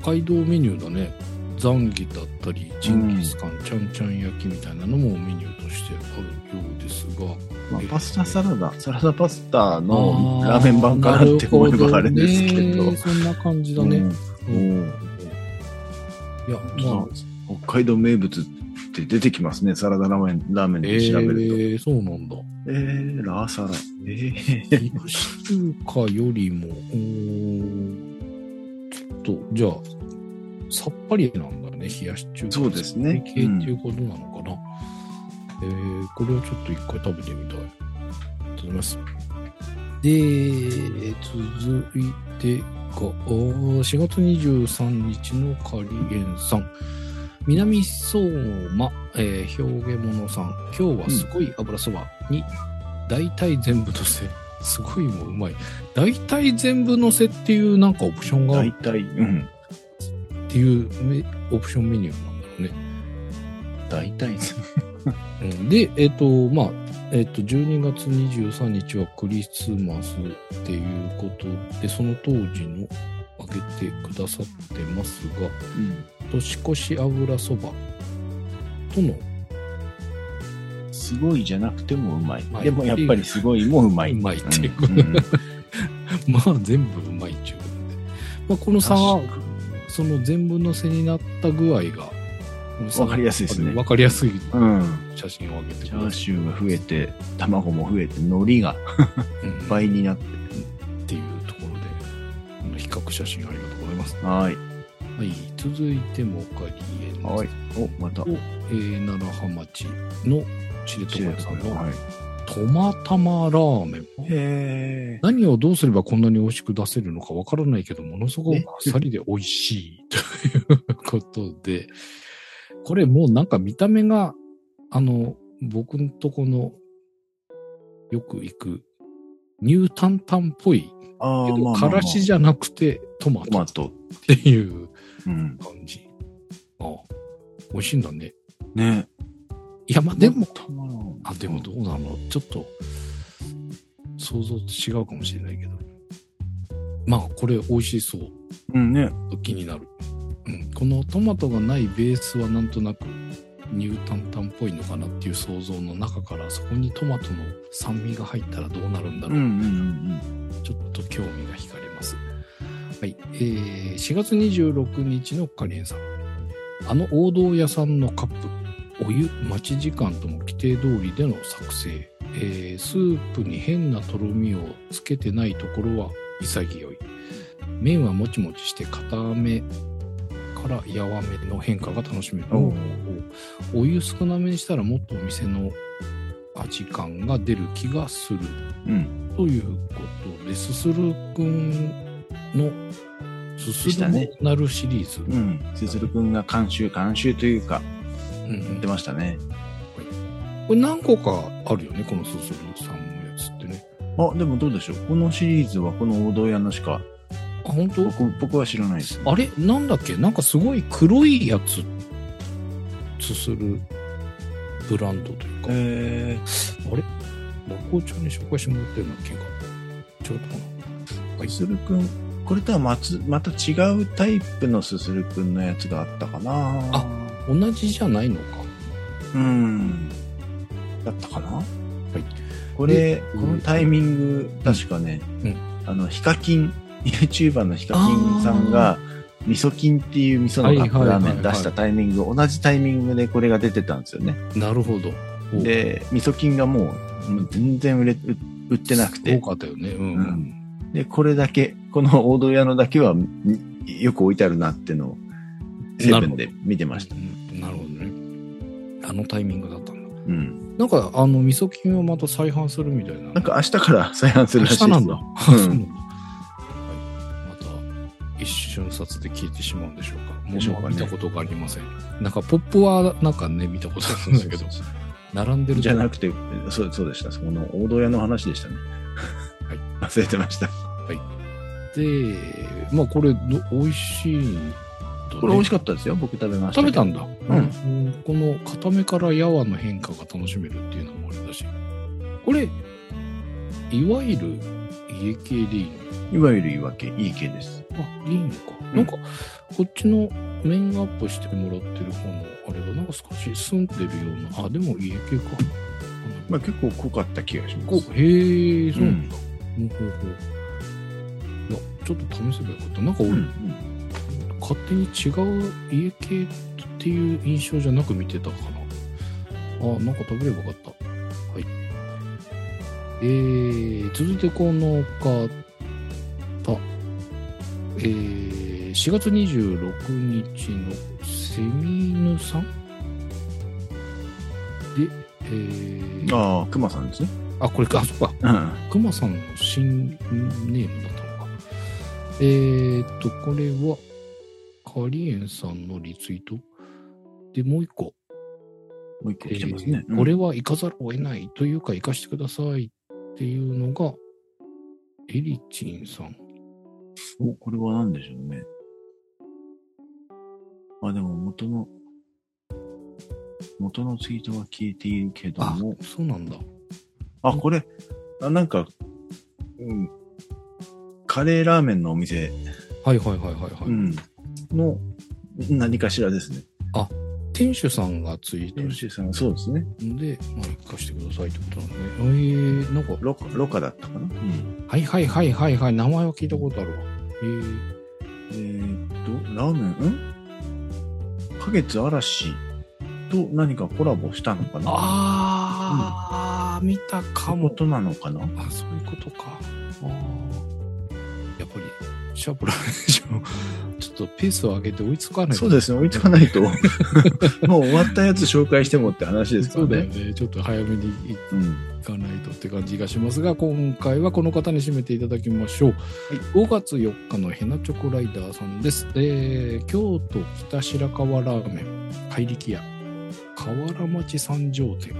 Speaker 2: 北海道メニューだねザンギだったりジンギスカン、ちゃんちゃん焼きみたいなのもメニューとしてあるようですが
Speaker 1: まあ
Speaker 2: えー
Speaker 1: パスタサラダ、サラダパスタのラーメン版かなって思えばあれですけ
Speaker 2: なるほ
Speaker 1: ど
Speaker 2: ね。そんな感じだね、
Speaker 1: うんうん
Speaker 2: いや
Speaker 1: そ
Speaker 2: まあ
Speaker 1: う北海道名物って出てきますね、サラダラーメンラーメン
Speaker 2: え
Speaker 1: で調べると。
Speaker 2: ー、そうなんだ
Speaker 1: えー、ラーサラ。えー、
Speaker 2: 冷 やし中華よりもうーんちょっとじゃあさっぱりなんだね冷やし中華
Speaker 1: そうですね
Speaker 2: 系っていうことなのかな、えーこれはちょっと一回食べてみたいいただきますで続いてがおー4月23日のカリエンさん南相馬、えー、表現者さん今日はすごい油そばに大体全部のせすごいもううまい大体全部のせっていうなんかオプションがあ
Speaker 1: 大
Speaker 2: る
Speaker 1: 体、うん。
Speaker 2: っていうメオプションメニューなんだろうね
Speaker 1: 大体ですね。
Speaker 2: うんで、えっ、と、まあ、えっ、と、12月23日はクリスマスっていうことで、その当時のあげてくださってますが、年越し油そばとの、
Speaker 1: うん。すごいじゃなくてもうまい。
Speaker 2: まい
Speaker 1: でもやっぱりすごいもううまい。
Speaker 2: うまいっていう
Speaker 1: うんうん
Speaker 2: まあ、全部うまいっちゅうことで。まあ、この差は、その全部のせになった具合が、
Speaker 1: わかりやすいですね
Speaker 2: わかりやすい
Speaker 1: うん。
Speaker 2: 写真をあげてくだ
Speaker 1: チ
Speaker 2: さ
Speaker 1: ャ
Speaker 2: い。
Speaker 1: ーシューが増えて、卵も増えて、海苔が
Speaker 2: うん
Speaker 1: 倍になって。
Speaker 2: っていうところで、この比較写真ありがとうございます。
Speaker 1: はい。
Speaker 2: はい、続いてもカリエン
Speaker 1: はい。お、また。
Speaker 2: えー、楢葉町の知床屋さんの
Speaker 1: はい。
Speaker 2: トマたまラーメン。
Speaker 1: へ
Speaker 2: 何をどうすればこんなに美味しく出せるのかわからないけど、ものすごくあっさりで美味しいということで、これもうなんか見た目が、あの、僕んとこのよく行く、乳タンタンっぽい、
Speaker 1: え。あ
Speaker 2: け
Speaker 1: ー
Speaker 2: ど、からしじゃなくてトマ
Speaker 1: トマ
Speaker 2: ト
Speaker 1: ト。
Speaker 2: っていう
Speaker 1: うん。
Speaker 2: 感じ。ああ、美味しいんだね。
Speaker 1: ね。
Speaker 2: いや、まあでも、
Speaker 1: 卵
Speaker 2: あ、でもどうなのちょっと、想像と違うかもしれないけど。まあ、これ美味しそう。
Speaker 1: うんね。
Speaker 2: 気になる。うん。このトマトがないベースはなんとなく、ニュータンタンっぽいのかなっていう想像の中から、そこにトマトの酸味が入ったらどうなるんだ
Speaker 1: うん
Speaker 2: ろ
Speaker 1: う
Speaker 2: う。
Speaker 1: んうん
Speaker 2: ちょっと興味が惹かれます。はい。えー、4月26日のカリエンさん。あの王道屋さんのカップ、お湯、待ち時間とも規定通りでの作成。えースープに変なとろみをつけてないところは潔い。麺はもちもちして固めから柔めの変化が楽しめる。
Speaker 1: おう
Speaker 2: お湯少なめにしたらもっとお店の味感が出る気がする。
Speaker 1: うん。うん。
Speaker 2: ということで、すするくんの、すす
Speaker 1: でした
Speaker 2: る
Speaker 1: ね
Speaker 2: なるシリーズ。
Speaker 1: うん。せつるくんが監修、監修というか、
Speaker 2: うんう
Speaker 1: やっ
Speaker 2: ん
Speaker 1: てましたね。
Speaker 2: これ何個かあるよね、このすするさんのやつってね。
Speaker 1: あ、でもどうでしょう。このシリーズはこの王道屋のしか、
Speaker 2: あ、本
Speaker 1: 僕僕は知らないです。
Speaker 2: 当あれなんだっけなんかすごい黒いやつ、すするブランドというか、
Speaker 1: え
Speaker 2: 魔法ちゃんに紹介してもらってるのっけか。違ったかな
Speaker 1: ー、すするくん、これとはまつまた違うタイプのすするくんのやつがあったかなあ
Speaker 2: 同じじゃないのか。。
Speaker 1: うん。だったかなはいこれ、
Speaker 2: うん
Speaker 1: このタイミング、確かね、
Speaker 2: うん
Speaker 1: あの、ヒカキン、YouTuber のヒカキンさんが、味噌菌っていう味噌のカップラーメ
Speaker 2: はいはいはい
Speaker 1: ン
Speaker 2: はい
Speaker 1: 出したタイミング、同じタイミングでこれが出てたんですよね。
Speaker 2: なるほど。お、
Speaker 1: で、味噌菌がもう、もう全然売れ、売売ってなくて
Speaker 2: 多、かったよね。うん。
Speaker 1: うで、これだけ、この大戸屋のだけは、んよく置いてあるなってのを、セ
Speaker 2: な
Speaker 1: ブ
Speaker 2: るほ
Speaker 1: ン
Speaker 2: ど
Speaker 1: で見てました。
Speaker 2: うんなるほどね。あのタイミングだったんだ。
Speaker 1: うん。
Speaker 2: なんか、あの、味噌菌をまた再販するみたいな。
Speaker 1: なんか明日から再販するらしいです
Speaker 2: 明
Speaker 1: よ。
Speaker 2: 日なんだ。
Speaker 1: うん
Speaker 2: はいまた、一一瞬札で消えてしまうんでしょうか。
Speaker 1: でしょうかね
Speaker 2: 物は見たことがありません。なんかポップはなんかね、見たことあるんですけど、並んでる
Speaker 1: じゃな
Speaker 2: く
Speaker 1: くて、そうそうでした。そこの大道屋の話でしたね。
Speaker 2: はい
Speaker 1: 忘れてました。
Speaker 2: て、まあこれど、美味しいんだね
Speaker 1: これ美味しかったですよ。僕食べましたけ
Speaker 2: 食べ
Speaker 1: ど。
Speaker 2: たんだ。うん。この固めからやわの変化が楽しめるっていうのもあれだし、これ、いわゆる家系でいい
Speaker 1: い
Speaker 2: の
Speaker 1: わゆる言い訳、いい系です。
Speaker 2: あ、いいのか。
Speaker 1: うん
Speaker 2: なんか、こっちの面アップしてもらってる方の、あれが、なんか少し澄んでるような、あ、でも家系か。
Speaker 1: まあ結構濃かった気がしま
Speaker 2: こ
Speaker 1: す。
Speaker 2: うへえ、そう
Speaker 1: う
Speaker 2: なん
Speaker 1: ん
Speaker 2: だ。ほうほうほういやちょっと試せばよかった。なんか俺、
Speaker 1: うん
Speaker 2: 勝手に違う家系っていう印象じゃなく見てたかな。あ、なんか食べればよかった。はい。えー、続いてこの方。えー、4月26日のセミヌさんで、えー、あ
Speaker 1: ああ、熊さんですね。
Speaker 2: これか、あ、そっか。
Speaker 1: うん。
Speaker 2: くまさんの新ネームだったのか。えー、っと、これは、カリエンさんのリツイート。で、もう一個。
Speaker 1: もう一個来てますね。
Speaker 2: えーこれは行かざるを得ないというか、行かしてくださいっていうのが、エリチンさん。
Speaker 1: おこれは何でしょうね。あ、でも元の、元のツイートは消えているけど
Speaker 2: あ
Speaker 1: も、、
Speaker 2: そうなんだ。
Speaker 1: あ、これ、あなんか、うん、カレーラーメンのお店、
Speaker 2: はいはいはいはいはい。
Speaker 1: うん、の何かしらですね。
Speaker 2: 店主さんがツイート
Speaker 1: 店
Speaker 2: し
Speaker 1: 主さん、そうですね。
Speaker 2: てるんで、まあ、行かしてくださいってことなんで。えー、なんか、
Speaker 1: ロカ、ロカだったかなうん。
Speaker 2: はいはいはいはいはい、名前は聞いたことあるわ。えー
Speaker 1: えー、っと、ラーメン、ん花月嵐と何かコラボしたのかな
Speaker 2: あー、見たか
Speaker 1: って
Speaker 2: も
Speaker 1: こ。となのかな
Speaker 2: あ、そういうことか。あーやっぱり、シャープラーでしょ。ちょっとペースを上げて追いつかない
Speaker 1: そうですね、追いつか ないと。もう終わったやつ紹介してもって話ですか
Speaker 2: そ
Speaker 1: ら
Speaker 2: うだよ
Speaker 1: ね。
Speaker 2: ね。ちょっと早めに
Speaker 1: うん。
Speaker 2: 行かないとって感じがしますが、今回はこの方に締めていただきましょう。5月4日のヘナチョコライダーさんです。えー京都北白河ラーメン、怪力屋、河原町三条店、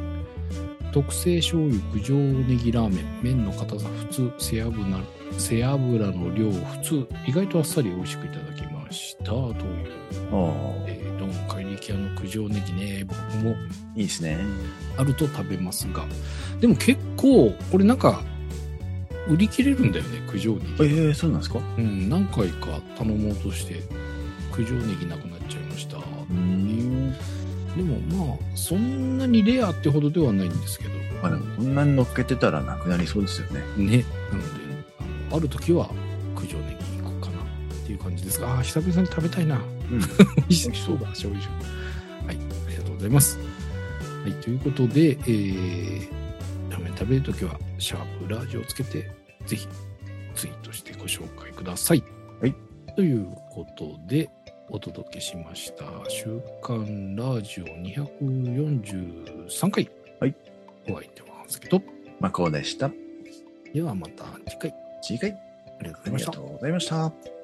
Speaker 2: 特製醤油九条ネギラーメン、麺の硬さ普通、背脂な背脂の量普通、意外とあっさり美味しくいただきました。と
Speaker 1: あ
Speaker 2: いう、
Speaker 1: あ、
Speaker 2: えー、どん怪力屋の九条ネギね、僕も
Speaker 1: いいですね。
Speaker 2: あると食べますが、でも結構、これなんか、売り切れるんだよね、九条ネギ。
Speaker 1: ええそうなんですか
Speaker 2: うん、何回か頼もうとして九条ネギなくなっちゃいました
Speaker 1: うーん。
Speaker 2: でもまあそんなにレアってほどではないんですけど
Speaker 1: まあでもこんなに乗っけてたらなくなりそうですよね。
Speaker 2: ねなのであのある時は九条ネギ行こうかなっていう感じですがあー久々に食べたいな、
Speaker 1: ん
Speaker 2: 美味しそうだ醤油はいありがとうございます、はい、ということで、えー、ラーメン食べる時はシャープラージをつけてぜひツイートしてご紹介ください、
Speaker 1: はい、
Speaker 2: ということでお届けしました「週刊ラジオ243回」
Speaker 1: はい、
Speaker 2: お相手はですけど
Speaker 1: まあこうでした。
Speaker 2: ではまた次回
Speaker 1: 次回、
Speaker 2: ありがとうご
Speaker 1: あ
Speaker 2: ざい
Speaker 1: り
Speaker 2: まし
Speaker 1: が
Speaker 2: た
Speaker 1: と。うございました。